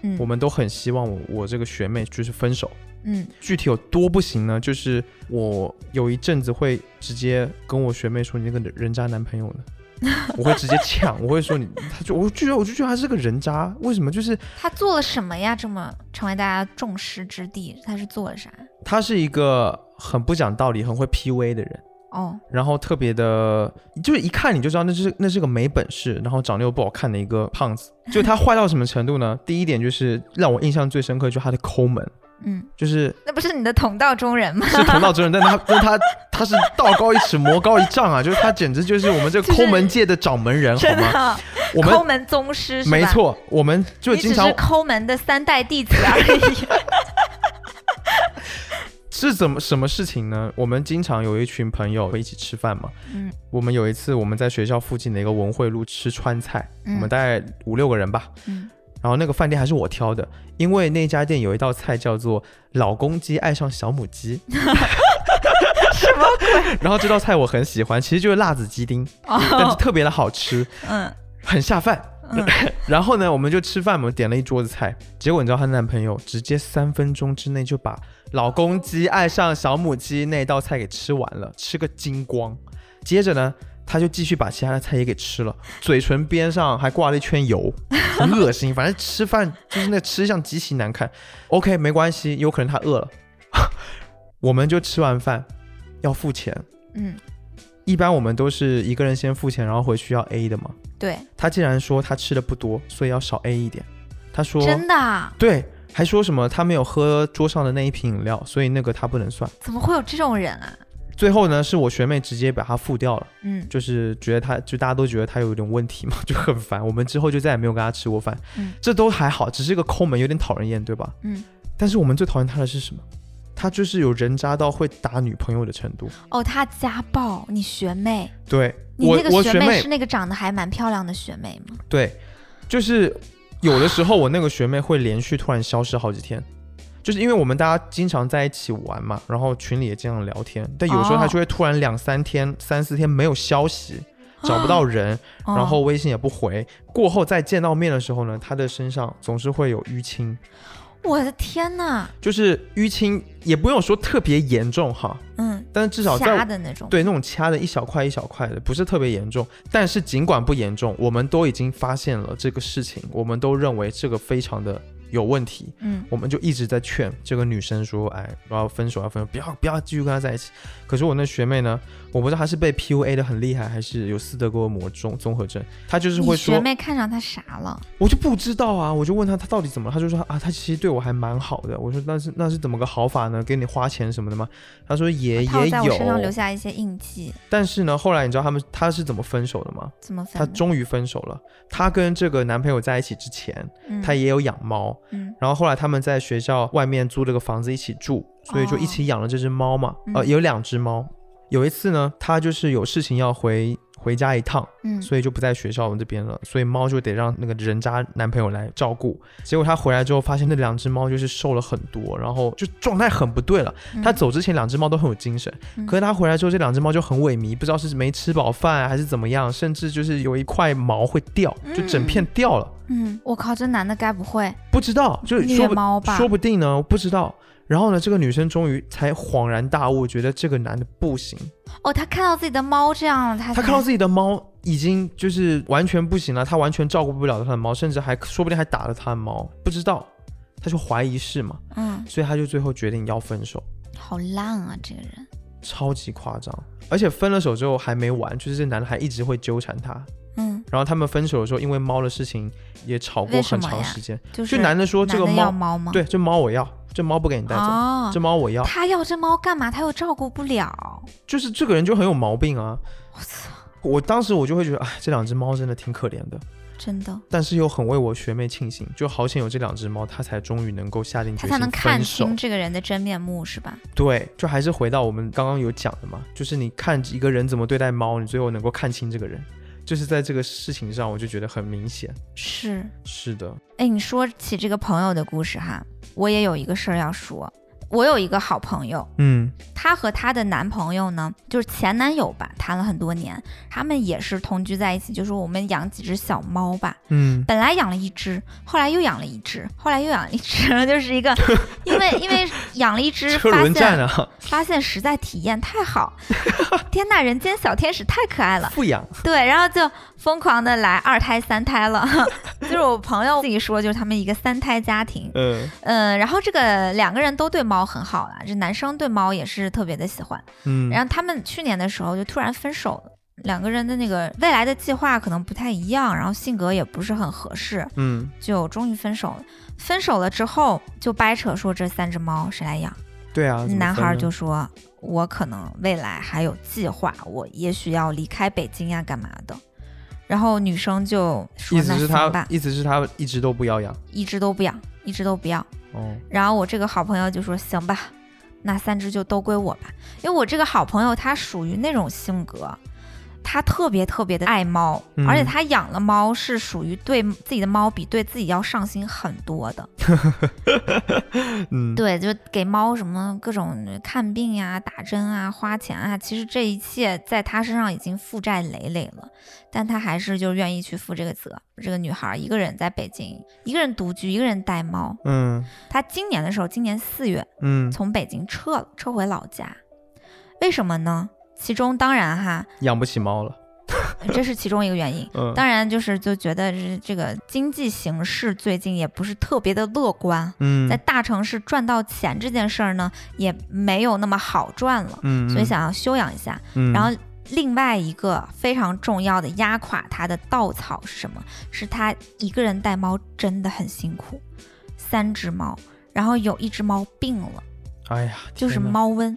嗯，我们都很希望我我这个学妹就是分手。嗯具体有多不行呢？就是我有一阵子会直接跟我学妹说你那个人渣男朋友呢， <laughs> 我会直接呛，我会说你，他就我居然我就觉得他是个人渣，为什么？就是他做了什么呀？这么成为大家众矢之的，他是做了啥？他是一个很不讲道理、很会 PUA 的人，哦，然后特别的，就是一看你就知道那是那是个没本事，然后长得又不好看的一个胖子。就他坏到什么程度呢？第一点就是让我印象最深刻，就是他的抠门，嗯，就是那不是你的同道中人吗？是 <laughs> 同道中人，但他但他他是道高一尺，魔高一丈啊！就是他简直就是我们这个抠门界的掌门人，好真 <laughs> 吗？的，啊我抠们门宗师是吧？没，错，我们就你经只常是抠门的三代弟子而 <laughs> 已。是怎么什么事情呢？我们经常有一群朋友会一起吃饭嘛。嗯我们有一次我们在学校附近的一个文汇路吃川菜，嗯我们大概五六个人吧。嗯然后那个饭店还是我挑的，因为那家店有一道菜叫做“老公鸡爱上小母鸡”，什么鬼？然后这道菜我很喜欢，其实就是辣子鸡丁，但是特别的好吃，嗯很下饭。嗯 <laughs> 然后呢，我们就吃饭嘛，我们点了一桌子菜，结果你知道她男朋友直接三分钟之内就把“老公鸡爱上小母鸡”那道菜给吃完了，吃个精光。接着呢，他就继续把其他的菜也给吃了，嘴唇边上还挂了一圈油，很恶心。 <laughs> 反正吃饭就是那吃相极其难看。OK，没关系，有可能他饿了， <laughs> 我们就吃完饭要付钱。嗯，一般我们都是一个人先付钱，然后回去要 A 的嘛。对，他竟然说他吃的不多，所以要少 A 一点。他说真的啊，对，还说什么他没有喝桌上的那一瓶饮料，所以那个他不能算。怎么会有这种人啊？最后呢，是我学妹直接把他付掉了，嗯就是觉得他就大家都觉得他有点问题嘛， <laughs> 就很烦。我们之后就再也没有跟他吃过饭，嗯这都还好，只是一个抠门，有点讨人厌，对吧？嗯，但是我们最讨厌他的是什么？他就是有人渣到会打女朋友的程度。哦，他家暴你学妹，对你我那，个我学学妹妹是那个长得还蛮漂亮的学妹吗？对，就是有的时候我那个学妹会连续突然消失好几天，就是因为我们大家经常在一起玩嘛，然后群里也经常聊天，但有时候她哦就会突然两三天、三四天没有消息，找不到人，哦然后微信也不回。过后再见到面的时候呢，她的身上总是会有淤青，我的天呐，就是淤青也不用说特别严重哈，嗯，但是至少在瞎的那种，对那种掐的一小块一小块的，不是特别严重。但是尽管不严重，我们都已经发现了这个事情，我们都认为这个非常的有问题，嗯我们就一直在劝这个女生说：“哎，我要分手，要分手，不要不要继续跟他在一起。”可是我那学妹呢，我不知道她是被 PUA 的很厉害，还是有斯德哥尔摩综综合症，她就是你会学说妹看上他啥了？：“我就不知道啊！”我就问她她到底怎么了，她就说：“啊，她其实对我还蛮好的。”我说：“那是那是怎么个好法呢？给你花钱什么的吗？”她说：“也他也有在我身上留有。”下一些印记，但是呢，后来你知道他们他是怎么分手的吗？怎么分她的？终于分手了。她跟这个男朋友在一起之前，嗯她也有养猫，嗯然后后来他们在学校外面租了个房子一起住，所以就一起养了这只猫嘛。哦嗯呃，有两只猫。有一次呢，她就是有事情要回回家一趟，嗯所以就不在学校我们这边了，所以猫就得让那个人渣男朋友来照顾。结果她回来之后，发现那两只猫就是瘦了很多，然后就状态很不对了。嗯她走之前两只猫都很有精神，嗯可是她回来之后，这两只猫就很萎靡，不知道是没吃饱饭还是怎么样，甚至就是有一块毛会掉，就整片掉了，嗯，我靠，这男的该不会不知道，就是虐说不猫吧？说不定呢，我不知道。然后呢，这个女生终于才恍然大悟，觉得这个男的不行。哦，他看到自己的猫这样了，他她看到自己的猫已经就是完全不行了，她完全照顾不了她的猫，甚至还说不定还打了她的猫，不知道。她就怀疑是嘛，己，嗯，所以她就最后决定要分手，好烂啊，这个人。超级夸张。而且分了手之后还没完，就是这男的还一直会纠缠她。嗯，然后他们分手的时候，因为猫的事情也吵过为什很么长呀时间。就是就男的说这个男的要猫，猫吗？对，这猫我要，这猫不给你带走，哦这，猫我要。他要这猫干嘛？他又照顾不了。就是这个人就很有毛病啊。我操，我当时我就会觉得，哎，这两只猫真的挺可怜的，真的，但是又很为我学妹庆幸，就好险有这两只猫，她才终于能够下定他决才心能看分手清。这个人的真面目是吧？对，就还是回到我们刚刚有讲的嘛，就是你看一个人怎么对待猫，你最后能够看清这个人。就是在这个事情上，我就觉得很明显。是，是的，哎，你说起这个朋友的故事哈，我也有一个事儿要说。我有一个好朋友，嗯她和她的男朋友呢，就是前男友吧，谈了很多年，他们也是同居在一起，就说我们养几只小猫吧。嗯本来养了一只，后来又养了一只，后来又养了一只， <laughs> 就是 <laughs> 一个，因为因为养了一只，车发轮战现 <laughs> 啊，发现实在体验太 <laughs> 好，天呐，人间小天使太可爱了，富养，对，然后就疯狂的来二胎三胎了， <laughs> 就是我朋友自己说，就是他们一个三胎家庭，嗯嗯，然后这个两个人都对猫很好啦，这男生对猫也是特别的喜欢，嗯，然后他们去年的时候就突然分手了。两个人的那个未来的计划可能不太一样，然后性格也不是很合适，嗯，就终于分手了。分手了之后就掰扯说这三只猫谁来养，对啊，怎么男分孩儿呢就说我可能未来还有计划，我也许要离开北京呀，干嘛的。然后女生就说意那思是行吧他，，意思是他一直都不要养一只都不养，一只都不要。哦，然后我这个好朋友就说行吧，那三只就都归我吧，因为我这个好朋友他属于那种性格。他特别特别的爱猫，嗯而且他养了猫是属于对自己的猫比对自己要上心很多的。嗯，对，就给猫什么各种看病呀、打针啊、花钱啊，其实这一切在他身上已经负债累累了，但他还是就愿意去负这个责。这个女孩一个人在北京，一个人独居，一个人带猫。嗯她今年的时候，今年四月嗯，从北京撤了，撤回老家。为什么呢？其中当然哈，养不起猫了，这是其中一个原因。嗯当然就是就觉得这这个经济形势最近也不是特别的乐观，嗯在大城市赚到钱这件事儿呢，也没有那么好赚了，嗯，所以想要休养一下。嗯，嗯然后另外一个非常重要的压垮他的稻草是什么？是他一个人带猫真的很辛苦，三只猫，然后有一只猫病了，哎呀，就是天哪，猫瘟。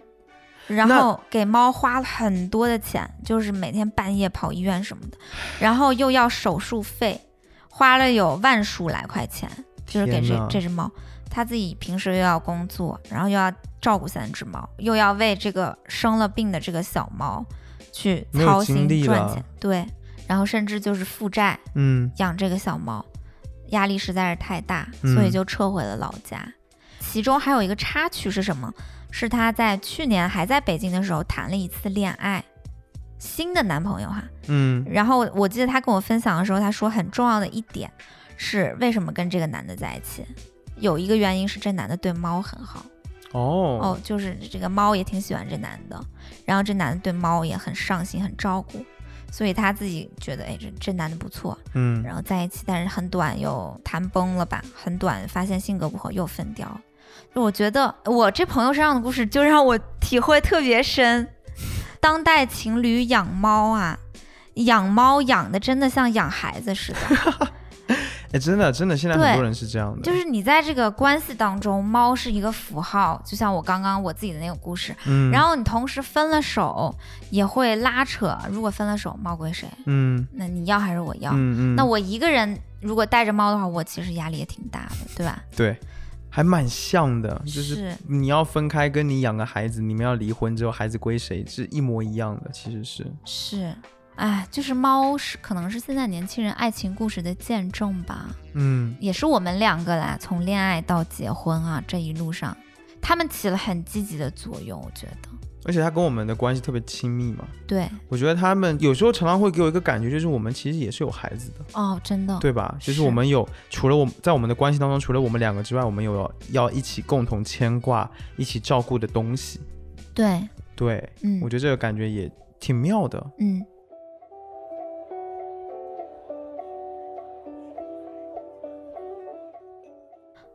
然后给猫花了很多的钱，就是每天半夜跑医院什么的，然后又要手术费，花了有万数来块钱。就是给天这哪这只猫，它自己平时又要工作，然后又要照顾三只猫，又要为这个生了病的这个小猫去没有操精心力赚了钱，对，然后甚至就是负债嗯养这个小猫，压力实在是太大，所以嗯就撤回了老家。其中还有一个插曲是什么？是她在去年还在北京的时候谈了一次恋爱，新的男朋友哈，嗯然后我记得她跟我分享的时候，她说很重要的一点是为什么跟这个男的在一起，有一个原因是这男的对猫很好哦哦，就是这个猫也挺喜欢这男的，然后这男的对猫也很上心，很照顾，所以她自己觉得哎这这男的不错，嗯然后在一起，但是很短又谈崩了吧，很短发现性格不合又分掉了。就我觉得我这朋友身上的故事就让我体会特别深。当代情侣养猫啊，养猫养的真的像养孩子似的，哎，真的真的，现在很对多人是这样的，就是你在这个关系当中，猫是一个符号，就像我刚刚我自己的那个故事。嗯，然后后你同时分了手，也会拉扯。如果分了手，猫归谁？嗯那你要还是我要？嗯嗯，那我一个人如果带着猫的话，我其实压力也挺大的，对吧？对。还蛮像的，就是是你要分开，跟你养个孩子，你们要离婚之后，孩子归谁是一模一样的，其实是，是，哎，就是猫是可能是现在年轻人爱情故事的见证吧，嗯也是我们两个啦，从恋爱到结婚啊这一路上，他们起了很积极的作用，我觉得。而且他跟我们的关系特别亲密嘛，对，我觉得他们有时候常常会给我一个感觉，就是我们其实也是有孩子的，哦，真的，对吧？就是是我们有除了我们在我们的关系当中，除了我们两个之外，我们有要一起共同牵挂、一起照顾的东西。对，对，嗯我觉得这个感觉也挺妙的。嗯，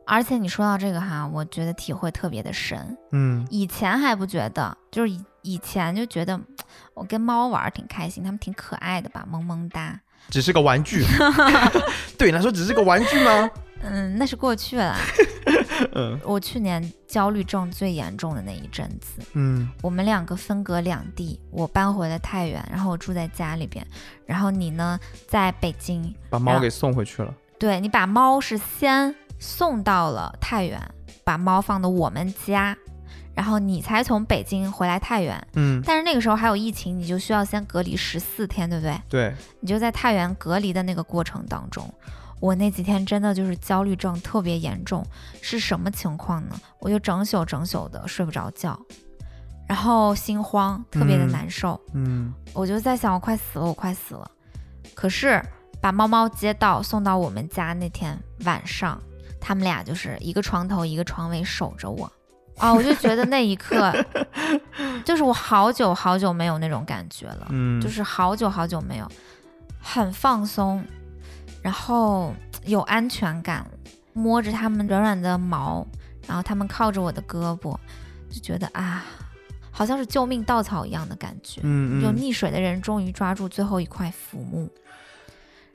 而且你说到这个哈，我觉得体会特别的深。嗯以前还不觉得，就是以以前就觉得我跟猫玩儿挺开心，它们挺可爱的吧，萌萌哒。只是个 <laughs> 玩具，对你来说只是个玩具吗？嗯，那是过去了。嗯我去年焦虑症最严重的那一阵子，嗯我们两个分隔两地，我搬回了太原，然后我住在家里边，然后你呢在北京。把然猫后给送回去了。对你把猫是先送到了太原，把猫放到我们家，然后你才从北京回来太原。嗯，但是那个时候还有疫情，你就需要先隔离十四天，对不对？对，你就在太原隔离的那个过程当中，我那几天真的就是焦虑症特别严重，是什么情况呢？我就整宿整宿的睡不着觉，然后心慌，特别的嗯难受。嗯我就在想，我快死了，我快死了。可是把猫猫接到送到我们家那天晚上，他们俩就是一个床头一个床尾守着我。啊、我就觉得那一刻，就是我好久好久没有那种感觉了。嗯，就是好久好久没有，很放松，然后有安全感，摸着它们软软的毛，然后它们靠着我的胳膊，就觉得啊，好像是救命稻草一样的感觉。嗯有嗯，溺水的人终于抓住最后一块浮木，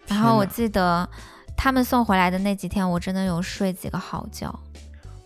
然天后我哪记得他们送回来的那几天，我真的有睡几个好觉。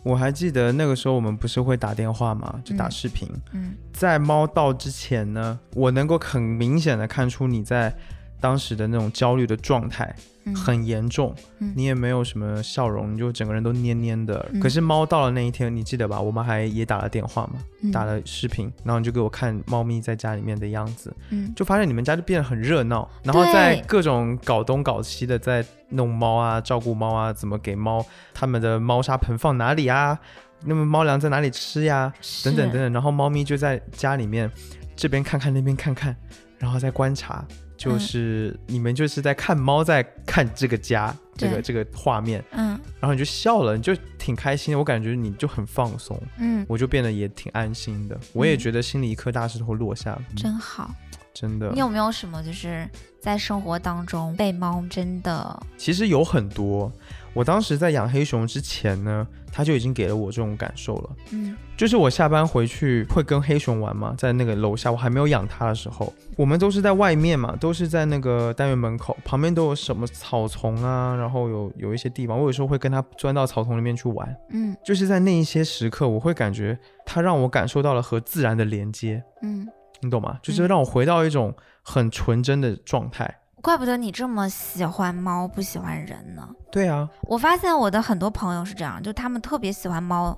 我还记得那个时候我们不是会打电话嘛，就打嗯视频。嗯，在猫到之前呢，我能够很明显的看出你在当时的那种焦虑的状态嗯很严重，嗯你也没有什么笑容，你就整个人都蔫蔫的。嗯可是猫到了那一天，你记得吧？我们还也打了电话嘛，嗯打了视频，然后你就给我看猫咪在家里面的样子，嗯就发现你们家就变得很热闹，然后在对各种搞东搞西的在弄猫啊，照顾猫啊，怎么给猫它们的猫砂盆放哪里啊？那么猫粮在哪里吃呀？等等等等，然后猫咪就在家里面这边看看那边看看，然后再观察，就嗯是、你们就是在看猫在看这个家这个对这个画面，嗯然后你就笑了，你就挺开心的，我感觉你就很放松，嗯，我就变得也挺安心的，我也嗯觉得心里一颗大石头落下了，嗯真好。真的你，有没有什么就是在生活当中被猫真的其实有很多，我当时在养黑熊之前呢，它就已经给了我这种感受了。嗯就是我下班回去会跟黑熊玩嘛，在那个楼下，我还没有养它的时候，我们都是在外面嘛，都是在那个单元门口旁边都有什么草丛啊，然后有有一些地方，我有时候会跟它钻到草丛里面去玩。嗯就是在那一些时刻，我会感觉它让我感受到了和自然的连接，嗯，你懂吗？就是嗯让我回到一种很纯真的状态。怪不得你这么喜欢猫不喜欢人呢。对啊，我发现我的很多朋友是这样，就他们特别喜欢猫，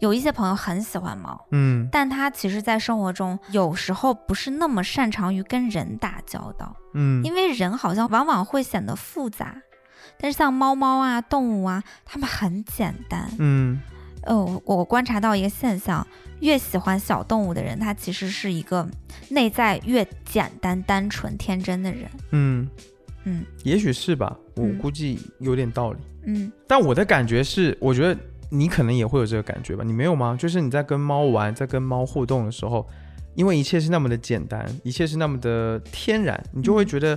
有一些朋友很喜欢猫，嗯但他其实在生活中有时候不是那么擅长于跟人打交道，嗯，因为人好像往往会显得复杂。但是像猫猫啊、动物啊，它们很简单。嗯呃，我我观察到一个现象，越喜欢小动物的人，他其实是一个内在越简单、单纯、天真的人。嗯嗯也许是吧，我嗯估计有点道理。嗯但我的感觉是，我觉得你可能也会有这个感觉吧？你没有吗？就是你在跟猫玩，在跟猫互动的时候，因为一切是那么的简单，一切是那么的天然，你就会嗯觉得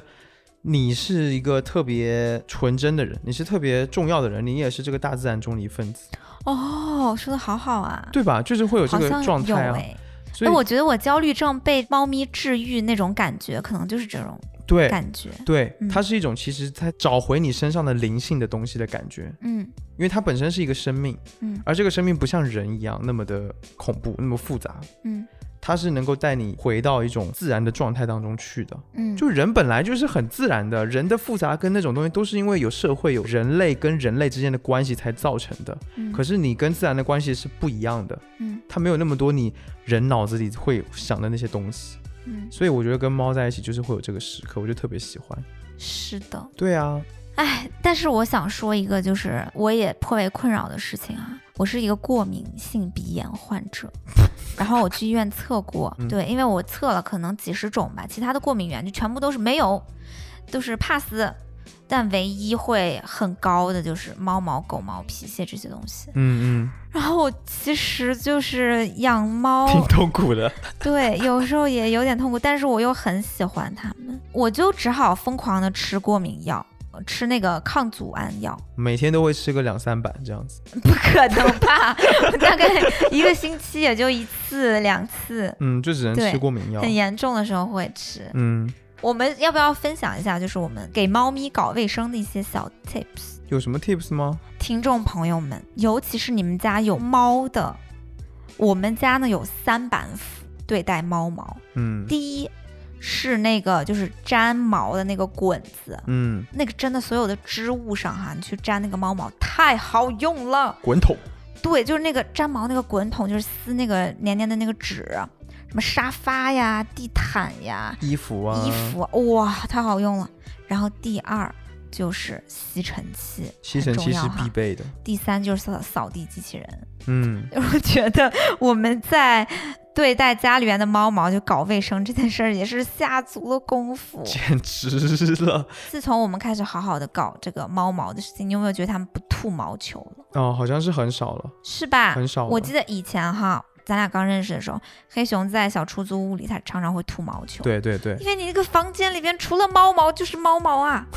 你是一个特别纯真的人，你是特别重要的人，你也是这个大自然中的一份子，哦，说的好好啊，对吧？就是会有这好个像状有态啊。哎、所哎，以我觉得我焦虑症被猫咪治愈那种感觉，可能就是这种对感觉。对，嗯它是一种其实在找回你身上的灵性的东西的感觉，嗯因为它本身是一个生命，嗯而这个生命不像人一样那么的恐怖，那么复杂，嗯它是能够带你回到一种自然的状态当中去的。嗯，就人本来就是很自然的，人的复杂跟那种东西都是因为有社会、有人类跟人类之间的关系才造成的。嗯可是你跟自然的关系是不一样的，嗯它没有那么多你人脑子里会想的那些东西。嗯，所以我觉得跟猫在一起就是会有这个时刻，我就特别喜欢。是的。对啊，哎，但是我想说一个，就是我也颇为困扰的事情啊。我是一个过敏性鼻炎患者， <laughs> 然后我去医院测过，嗯对，因为我测了可能几十种吧，其他的过敏源就全部都是没有，都是 pass。但唯一会很高的就是猫毛、狗毛、皮屑这些东西。嗯然后我其实就是养猫嗯，，挺痛苦的。对，有时候也有点痛苦，但是我又很喜欢它们，我就只好疯狂的吃过敏药，呃吃那个抗组胺药。每天都会吃个两三板这样子。不可能吧？ <laughs> 我大概一个星期也就一次两次，嗯，就只能对吃过敏药。很严重的时候会吃。嗯，我们要不要分享一下，就是我们给猫咪搞卫生的一些小 tips？有什么 tips 吗？听众朋友们，尤其是你们家有猫的，我们家呢有三板斧对待猫毛。嗯第一是那个就是粘毛的那个滚子，嗯，那个真的所有的织物上哈，你去粘那个猫毛太好用了。滚筒。对，就是那个粘毛那个滚筒，就是撕那个黏黏的那个纸，什么沙发呀、地毯呀、衣服啊，衣服，哇，太好用了。然后第二就是吸尘器，吸尘器很是重要哈必备的。第三就是扫扫地机器人。 <laughs> 嗯，我觉得我们在对待家里面的猫毛就搞卫生这件事儿也是下足了功夫。 <laughs> 简直了！自从我们开始好好的搞这个猫毛的事情，你有没有觉得它们不吐毛球了？哦，好像是很少了，是吧？很少了。啊我记得以前哈，咱俩刚认识的时候，黑熊在小出租屋里，它常常会吐毛球。，对对对， <laughs> 因为你那个房间里边除了猫毛就是猫毛 <laughs> 啊，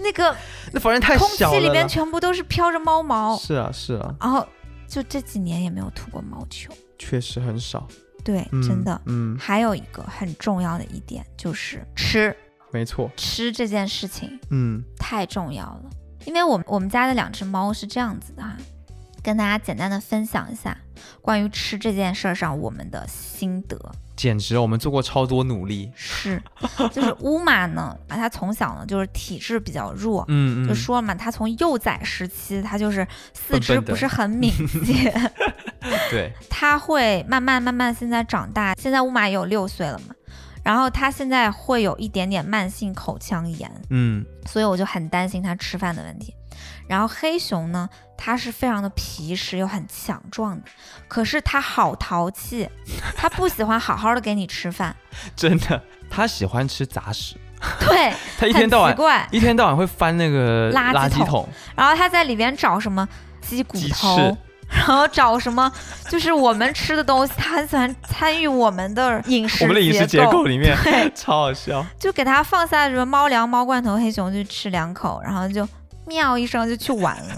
那个那房间太空小气了里啦。边全部都是飘着猫毛，是啊是啊，然后就这几年也没有吐过毛球。确实很少。对，嗯、真的。嗯，还有一个很重要的一点就是吃，没错，吃这件事情嗯太重要了。因为我们我们家的两只猫是这样子的哈、跟大家简单的分享一下关于吃这件事儿上我们的心得。简直了，我们做过超多努力。 <laughs> 是，就是乌玛呢，啊，它从小呢就是体质比较弱。嗯嗯，就说嘛，它从幼崽时期，它就是四肢笨笨的不是很敏 <laughs> 捷，对，它会慢慢慢慢现在长大，现在乌玛也有六岁了嘛，然后它现在会有一点点慢性口腔炎，嗯所以我就很担心它吃饭的问题。然后黑熊呢，它是非常的皮实又很强壮的，可是它好淘气，它不喜欢好好的给你吃饭，真的，他喜欢吃杂食，对，他 <laughs> 一很天到晚奇怪，一天到晚会翻那个垃圾垃圾桶桶，然后他在里边找什么鸡骨鸡翅头，然后找什么就是我们吃的东西，他很喜欢参与我们的饮食我们的饮食结构构，里面 <laughs> 超好笑。就给他放下什么猫粮、猫罐头，黑熊就吃两口，然后就喵一声就去玩了，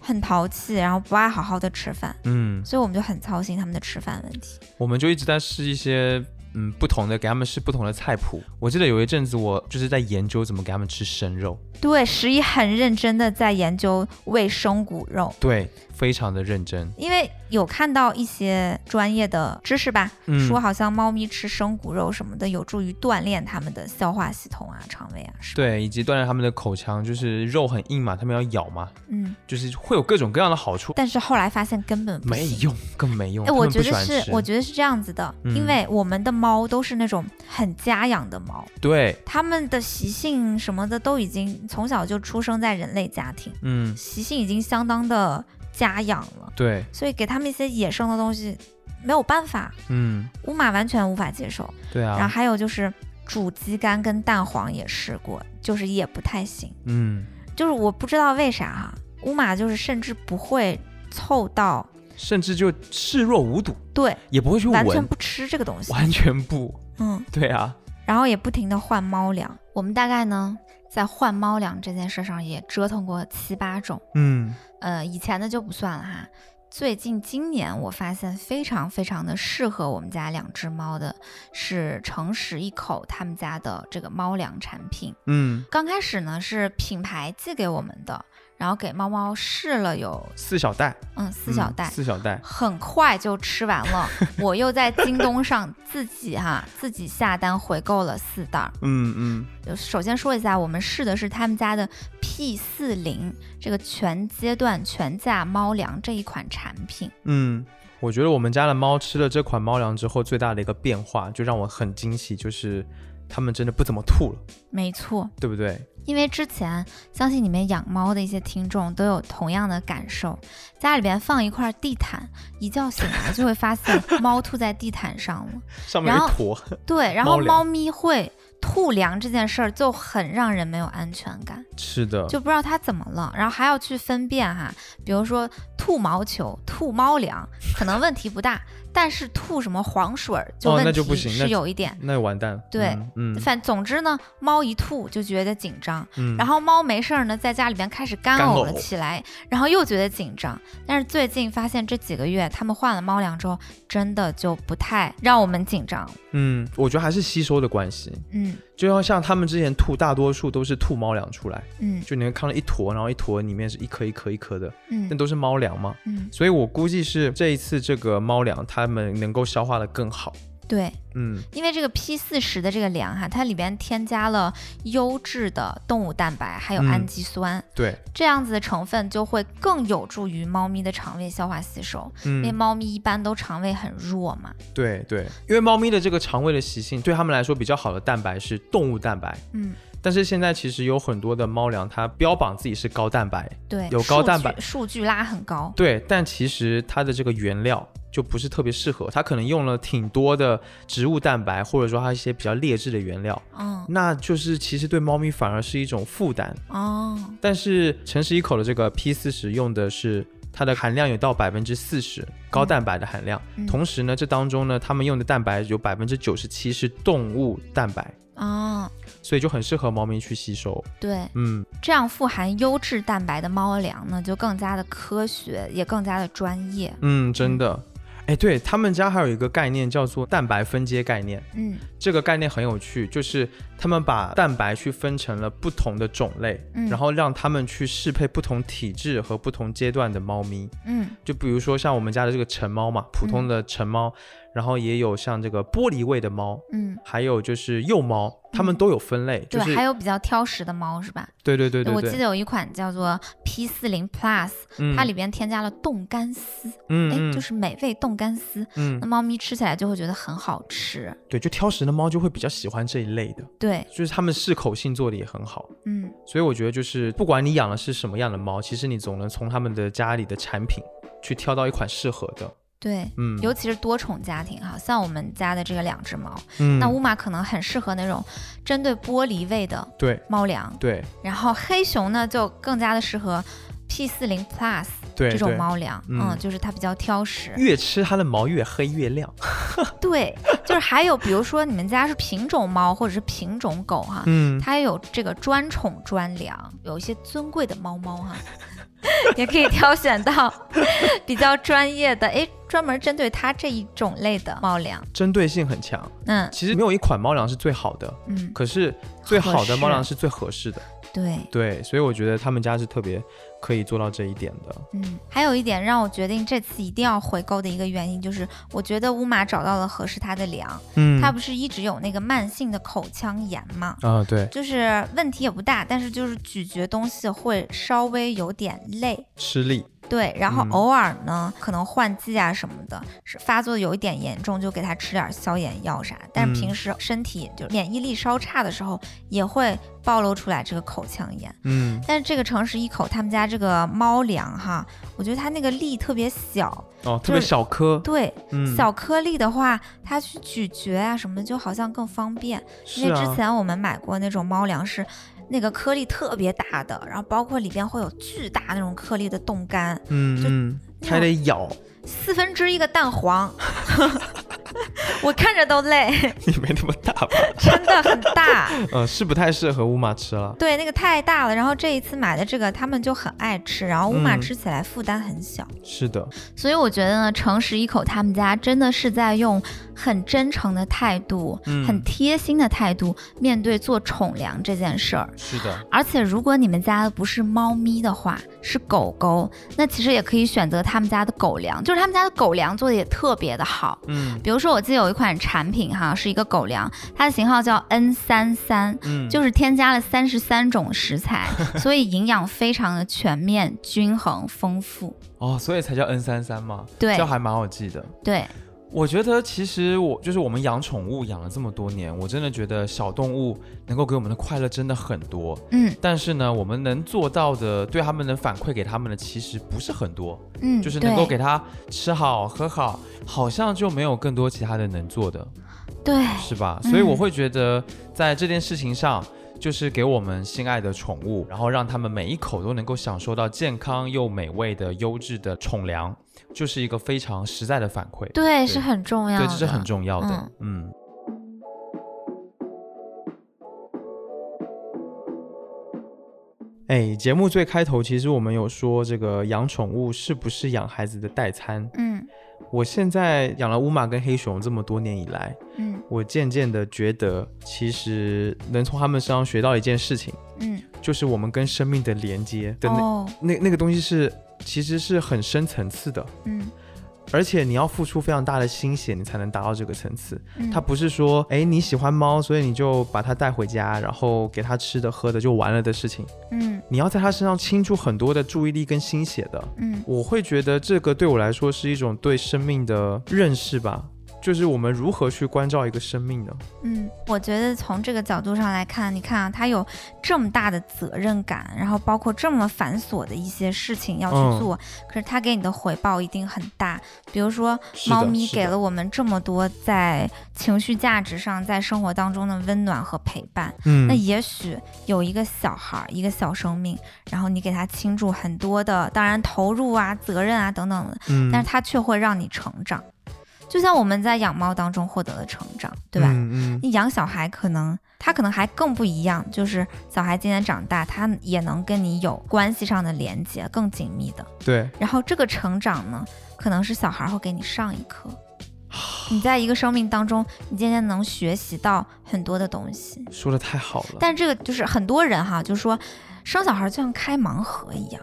很淘气，然后不爱好好的吃饭，嗯，所以我们就很操心他们的吃饭问题。我们就一直在试一些嗯不同的，给他们试不同的菜谱。我记得有一阵子我就是在研究怎么给他们吃生肉，对，十一很认真的在研究喂生骨肉。对，非常的认真。因为有看到一些专业的知识吧，嗯说好像猫咪吃生骨肉什么的，有助于锻炼它们的消化系统啊、肠胃啊，是吧？对，以及锻炼他们的口腔，就是肉很硬嘛，他们要咬嘛，嗯。就是会有各种各样的好处。但是后来发现根本不没行。用，更没用。哎，他我们觉不得喜欢是吃，我觉得是这样子的，嗯因为我们的猫都是那种很家养的猫，对，它们的习性什么的都已经从小就出生在人类家庭，嗯，习性已经相当的家养了，对，所以给它们一些野生的东西没有办法，嗯，乌马完全无法接受。对然后啊，还有就是煮鸡肝跟蛋黄也试过，就是也不太行。嗯，就是我不知道为啥哈、乌马就是甚至不会凑到，甚至就视若无睹，对，也不会去完全闻，不吃这个东西，完全不，嗯， <laughs> 对啊，然后也不停的换猫粮。我们大概呢在换猫粮这件事上也折腾过七八种，嗯，呃，以前的就不算了哈。最近今年我发现非常非常的适合我们家两只猫的是诚实一口他们家的这个猫粮产品，嗯，刚开始呢是品牌寄给我们的，然后给猫猫试了有四小袋，嗯四小嗯袋，四小袋，很快就吃完 <laughs> 了。我又在京东上自己哈、自己下单回购了四袋儿。嗯嗯，就首先说一下，我们试的是他们家的 P 四零这个全阶段全价猫粮这一款产品。嗯，我觉得我们家的猫吃了这款猫粮之后，最大的一个变化，就让我很惊喜，就是它们真的不怎么吐了，没错，对不对？因为之前相信你们养猫的一些听众都有同样的感受，家里边放一块地毯，一觉醒来就会发现猫吐在地毯 <laughs> 上了。上面有然一后坨，对，然猫后粮猫咪会吐粮这件事儿就很让人没有安全感，是的，就不知道它怎么了，然后还要去分辨哈，比如说吐毛球、吐猫粮，可能问题不大，但是吐什么黄水儿就哦问那就题不行那是有一点。那完蛋了，对嗯，嗯，反总之呢，猫一吐就觉得紧张，嗯然后猫没事儿呢，在家里边开始干干呕呕了起来，然后又觉得紧张。但是最近发现这几个月，他们换了猫粮之后，真的就不太让我们紧张。嗯，我觉得还是吸收的关系，嗯就像像他们之前吐，大多数都是吐猫粮出来，嗯就你会看到一坨，然后一坨里面是一颗一颗一颗的，那嗯都是猫粮嘛。嗯，所以我估计是这一次这个猫粮，它们能够消化的更好，对，嗯，因为这个 P 四十的这个粮哈，它里边添加了优质的动物蛋白，还有嗯氨基酸，对，这样子的成分就会更有助于猫咪的肠胃消化吸收。因为嗯，猫咪一般都肠胃很弱嘛，对对，因为猫咪的这个肠胃的习性，对它们来说比较好的蛋白是动物蛋白，嗯，但是现在其实有很多的猫粮，它标榜自己是高蛋白，对，有高蛋白数据数据拉很高，对，但其实它的这个原料就不是特别适合，它可能用了挺多的植物蛋白，或者说它一些比较劣质的原料，嗯，那就是其实对猫咪反而是一种负担。哦，但是诚实一口的这个 P 四十用的是它的含量有到百分之四十高蛋白的含量，嗯同时呢，这当中呢，他们用的蛋白有百分之九十七是动物蛋白，哦，所以就很适合猫咪去吸收。对，嗯，这样富含优质蛋白的猫粮呢，就更加的科学，也更加的专业，嗯，真的。哎，对他们家还有一个概念叫做蛋白分阶概念，嗯这个概念很有趣，就是他们把蛋白去分成了不同的种类，嗯然后让他们去适配不同体质和不同阶段的猫咪。嗯就比如说像我们家的这个橙猫嘛，普通的橙猫，然后也有像这个玻璃胃的猫，嗯，还有就是幼猫，它们都有分类，就对，是还有比较挑食的猫是吧？对对对对我记对，得有一款叫做 P 四零 Plus，嗯它里边添加了冻干丝，嗯哎、嗯就是美味冻干丝，嗯那猫咪吃起来就会觉得很好吃。对，就挑食的猫就会比较喜欢这一类的，对，就是它们适口性做的也很好。嗯，所以我觉得，就是不管你养的是什么样的猫，其实你总能从他们的家里的产品去挑到一款适合的。对，嗯，尤其是多重家庭哈，像我们家的这个两只猫，嗯，那乌玛可能很适合那种针对玻璃胃的对猫粮，对然后黑熊呢就更加的适合 P 四零 Plus 对这种对，猫粮，嗯嗯，就是它比较挑食。越吃它的毛越黑越 <laughs> 亮。对，就是还有比如说你们家是品种猫或者是品种狗哈，嗯，它也有这个专宠专粮，有一些尊贵的猫猫哈、 <laughs> 也可以挑选到比较专业的，哎，专门针对它这一种类的猫粮。针对性很强。嗯其实没有一款猫粮是最好的，嗯，可是最好合的适猫粮是最合啊适的。对，对，所以我觉得他们家是特别可以做到这一点的。嗯，还有一点让我决定这次一定要回购的一个原因，就是我觉得乌玛找到了合适它的粮。嗯它不是一直有那个慢性的口腔炎吗？啊，对，就是问题也不大，但是就是咀嚼东西会稍微有点累。吃力。对，然后嗯偶尔呢，可能换季啊什么的，是发作有一点严重，就给它吃点消炎药啥。但嗯是平时身体就免疫力稍差的时候，也会暴露出来这个口腔炎。嗯但是这个诚实一口他们家这个猫粮哈，我觉得它那个粒特别小，哦，特别就是小颗。对，嗯，小颗粒的话，它去咀嚼啊什么的，就好像更方便。因是为之啊，前我们买过那种猫粮是。那个颗粒特别大的，然后包括里边会有巨大那种颗粒的冻干，嗯就嗯，那还得咬， <laughs> 四分之一个蛋黄， <laughs> 我看着都累， <laughs> 也没那么大吧？真的很大。嗯，是不太适合乌马吃了。对，那个太大了。然后这一次买的这个，他们就很爱吃，然后乌马嗯吃起来负担很小。是的，所以我觉得呢，诚实一口他们家真的是在用很真诚的态度、嗯很贴心的态度面对做宠粮这件事儿。是的，而且，如果你们家的不是猫咪的话，是狗狗，那其实也可以选择他们家的狗粮，就是他们家的狗粮做的也特别的好。嗯比如说，我记得有一款产品哈，是一个狗粮，它的型号叫 N 三三，嗯，就是添加了三十三种食 <laughs> 材，所以营养非常的全面、均衡、丰富。哦，所以才叫 N 三三嘛，对这还蛮好记的。对，我觉得其实我就是我们养宠物养了这么多年，我真的觉得小动物能够给我们的快乐真的很多。嗯但是呢，我们能做到的，对他们能反馈给他们的，其实不是很多，嗯，就是能够对给他吃好喝好，好像就没有更多其他的能做的，对，是吧？嗯所以我会觉得，在这件事情上，就是给我们心爱的宠物，然后让他们每一口都能够享受到健康又美味的优质的宠粮，就是一个非常实在的反馈。对是很重要的，对，这是很重要的。嗯。哎，节目最开头其实我们有说这个养宠物是不是养孩子的代餐。嗯我现在养了乌马跟黑熊这么多年以来，嗯我渐渐的觉得，其实能从他们身上学到一件事情，嗯，就是我们跟生命的连接的那、哦，那那个东西是其实是很深层次的。嗯而且你要付出非常大的心血，你才能达到这个层次。嗯它不是说，哎，你喜欢猫，所以你就把它带回家，然后给它吃的喝的就完了的事情。嗯你要在它身上倾注很多的注意力跟心血的。嗯我会觉得这个对我来说是一种对生命的认识吧，就是我们如何去关照一个生命呢？嗯我觉得从这个角度上来看，你看啊，他有这么大的责任感，然后包括这么繁琐的一些事情要嗯去做，可是他给你的回报一定很大。比如说，是的猫咪是给的了我们这么多在情绪价值上，在生活当中的温暖和陪伴。嗯那也许有一个小孩儿，一个小生命，然后你给他倾注很多的，当然投入啊、责任啊等等的，嗯但是它却会让你成长。就像我们在养猫当中获得了成长，对吧？嗯嗯你养小孩可能他可能还更不一样，就是小孩今天长大，他也能跟你有关系上的连接更紧密的。对，然后这个成长呢，可能是小孩会给你上一课。你在一个生命当中，你渐渐能学习到很多的东西。说的太好了。但这个就是很多人哈，就说生小孩就像开盲盒一样，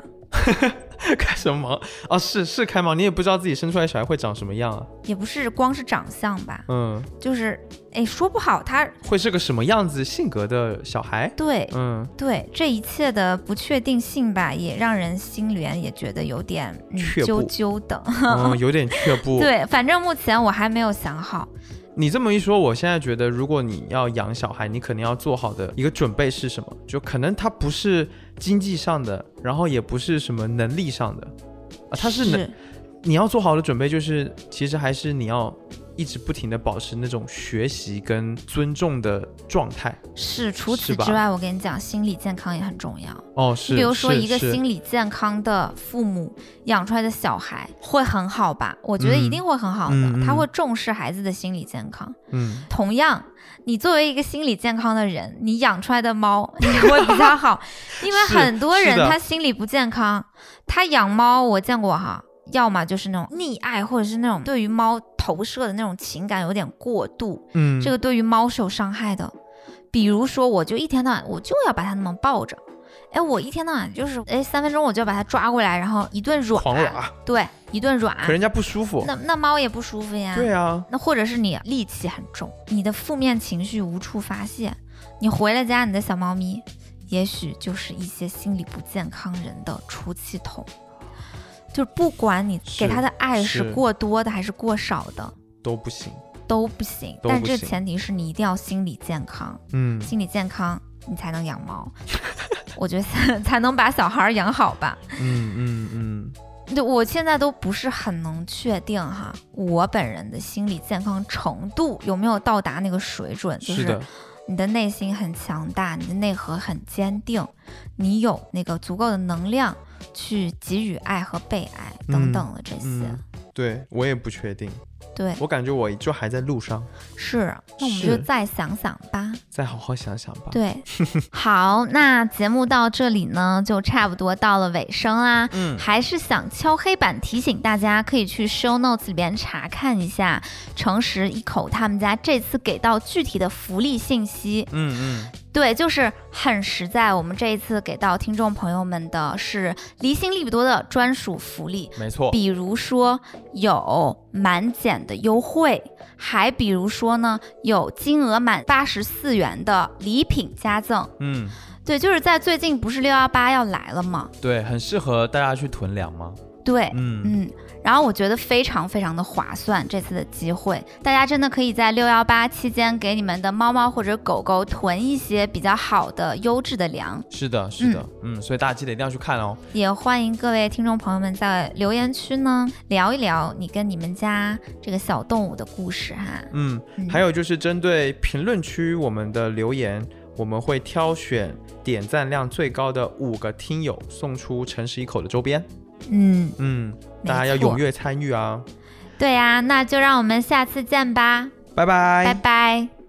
<laughs> 开什么盲？哦，是是开盲，你也不知道自己生出来小孩会长什么样啊。也不是光是长相吧，嗯，就是哎说不好他会是个什么样子性格的小孩？对 <laughs> 嗯，对这一切的不确定性吧，也让人心猿也觉得有点嗯却步揪揪的。嗯有点却步。， <laughs> 对，反正目前我还没有想好。你这么一说，我现在觉得，如果你要养小孩，你肯定要做好的一个准备是什么？就可能他不是经济上的，然后也不是什么能力上的，啊，他是能你要做好的准备就是，其实还是你要一直不停的保持那种学习跟尊重的状态。是，除是此吧之外，我跟你讲，心理健康也很重要。哦，是，你比如说，是一个是心理健康的父母养出来的小孩会很好吧？我觉得嗯一定会很好的，嗯嗯他会重视孩子的心理健康。嗯，同样，你作为一个心理健康的人，你养出来的 <laughs> 猫也会比较好，因为是很多是人的他心理不健康，他养猫我见过哈，要么就是那种溺爱，或者是那种对于猫投射的那种情感有点过度，嗯，这个对于猫是有伤害的。比如说，我就一天到晚我就要把它那么抱着，哎，我一天到晚就是哎三分钟我就要把它抓过来，然后一顿软，啊狂拉，对，一顿软可，人家不舒服。那那猫也不舒服呀。对啊，那或者是你戾气很重，你的负面情绪无处发泄，你回了家，你的小猫咪，也许就是一些心理不健康人的出气筒。就是不管你是给它的爱是是过多的还是过少的都不行。都不行，都但不这行前提是你一定要心理健康，嗯，心理健康你才能养 <laughs> 猫。我觉得 <laughs> 才能把小孩儿养好吧。嗯嗯嗯，对，我现在都不是很能确定哈，我本人的心理健康程度有没有到达那个水准？就是的，你的内心很强大，你的内核很坚定，你有那个足够的能量去给予爱和被爱等等的这些。嗯，对我也不确定，对，我感觉我就还在路上，是，那我们就是再想想 <laughs> 吧。再好好想想吧。，对， <laughs> 好，那节目到这里呢，就差不多到了尾声啦。嗯，还是想敲黑板提醒大家，可以去 show notes 里边查看一下诚实一口他们家这次给到具体的福利信息。嗯嗯，对，就是很实在。我们这一次给到听众朋友们的是离心利比多的专属福利，没错。比如说有满减的优惠，还比如说呢有金额满八十四元的礼品加赠。嗯，对，就是在最近不是六幺八要来了吗？对，很适合大家去囤粮吗？对，嗯嗯，然后我觉得非常非常的划算，这次的机会，大家真的可以在六幺八期间给你们的猫猫或者狗狗囤一些比较好的优质的粮。是的，是的，嗯，所以大家记得一定要去看哦。也欢迎各位听众朋友们在留言区呢聊一聊你跟你们家这个小动物的故事哈。嗯，嗯还有就是针对评论区我们的留言，我们会挑选点赞量最高的五个听友，送出诚实一口的周边。嗯，嗯，没大家要错踊跃参与啊！对呀、那就让我们下次见吧，拜拜，拜拜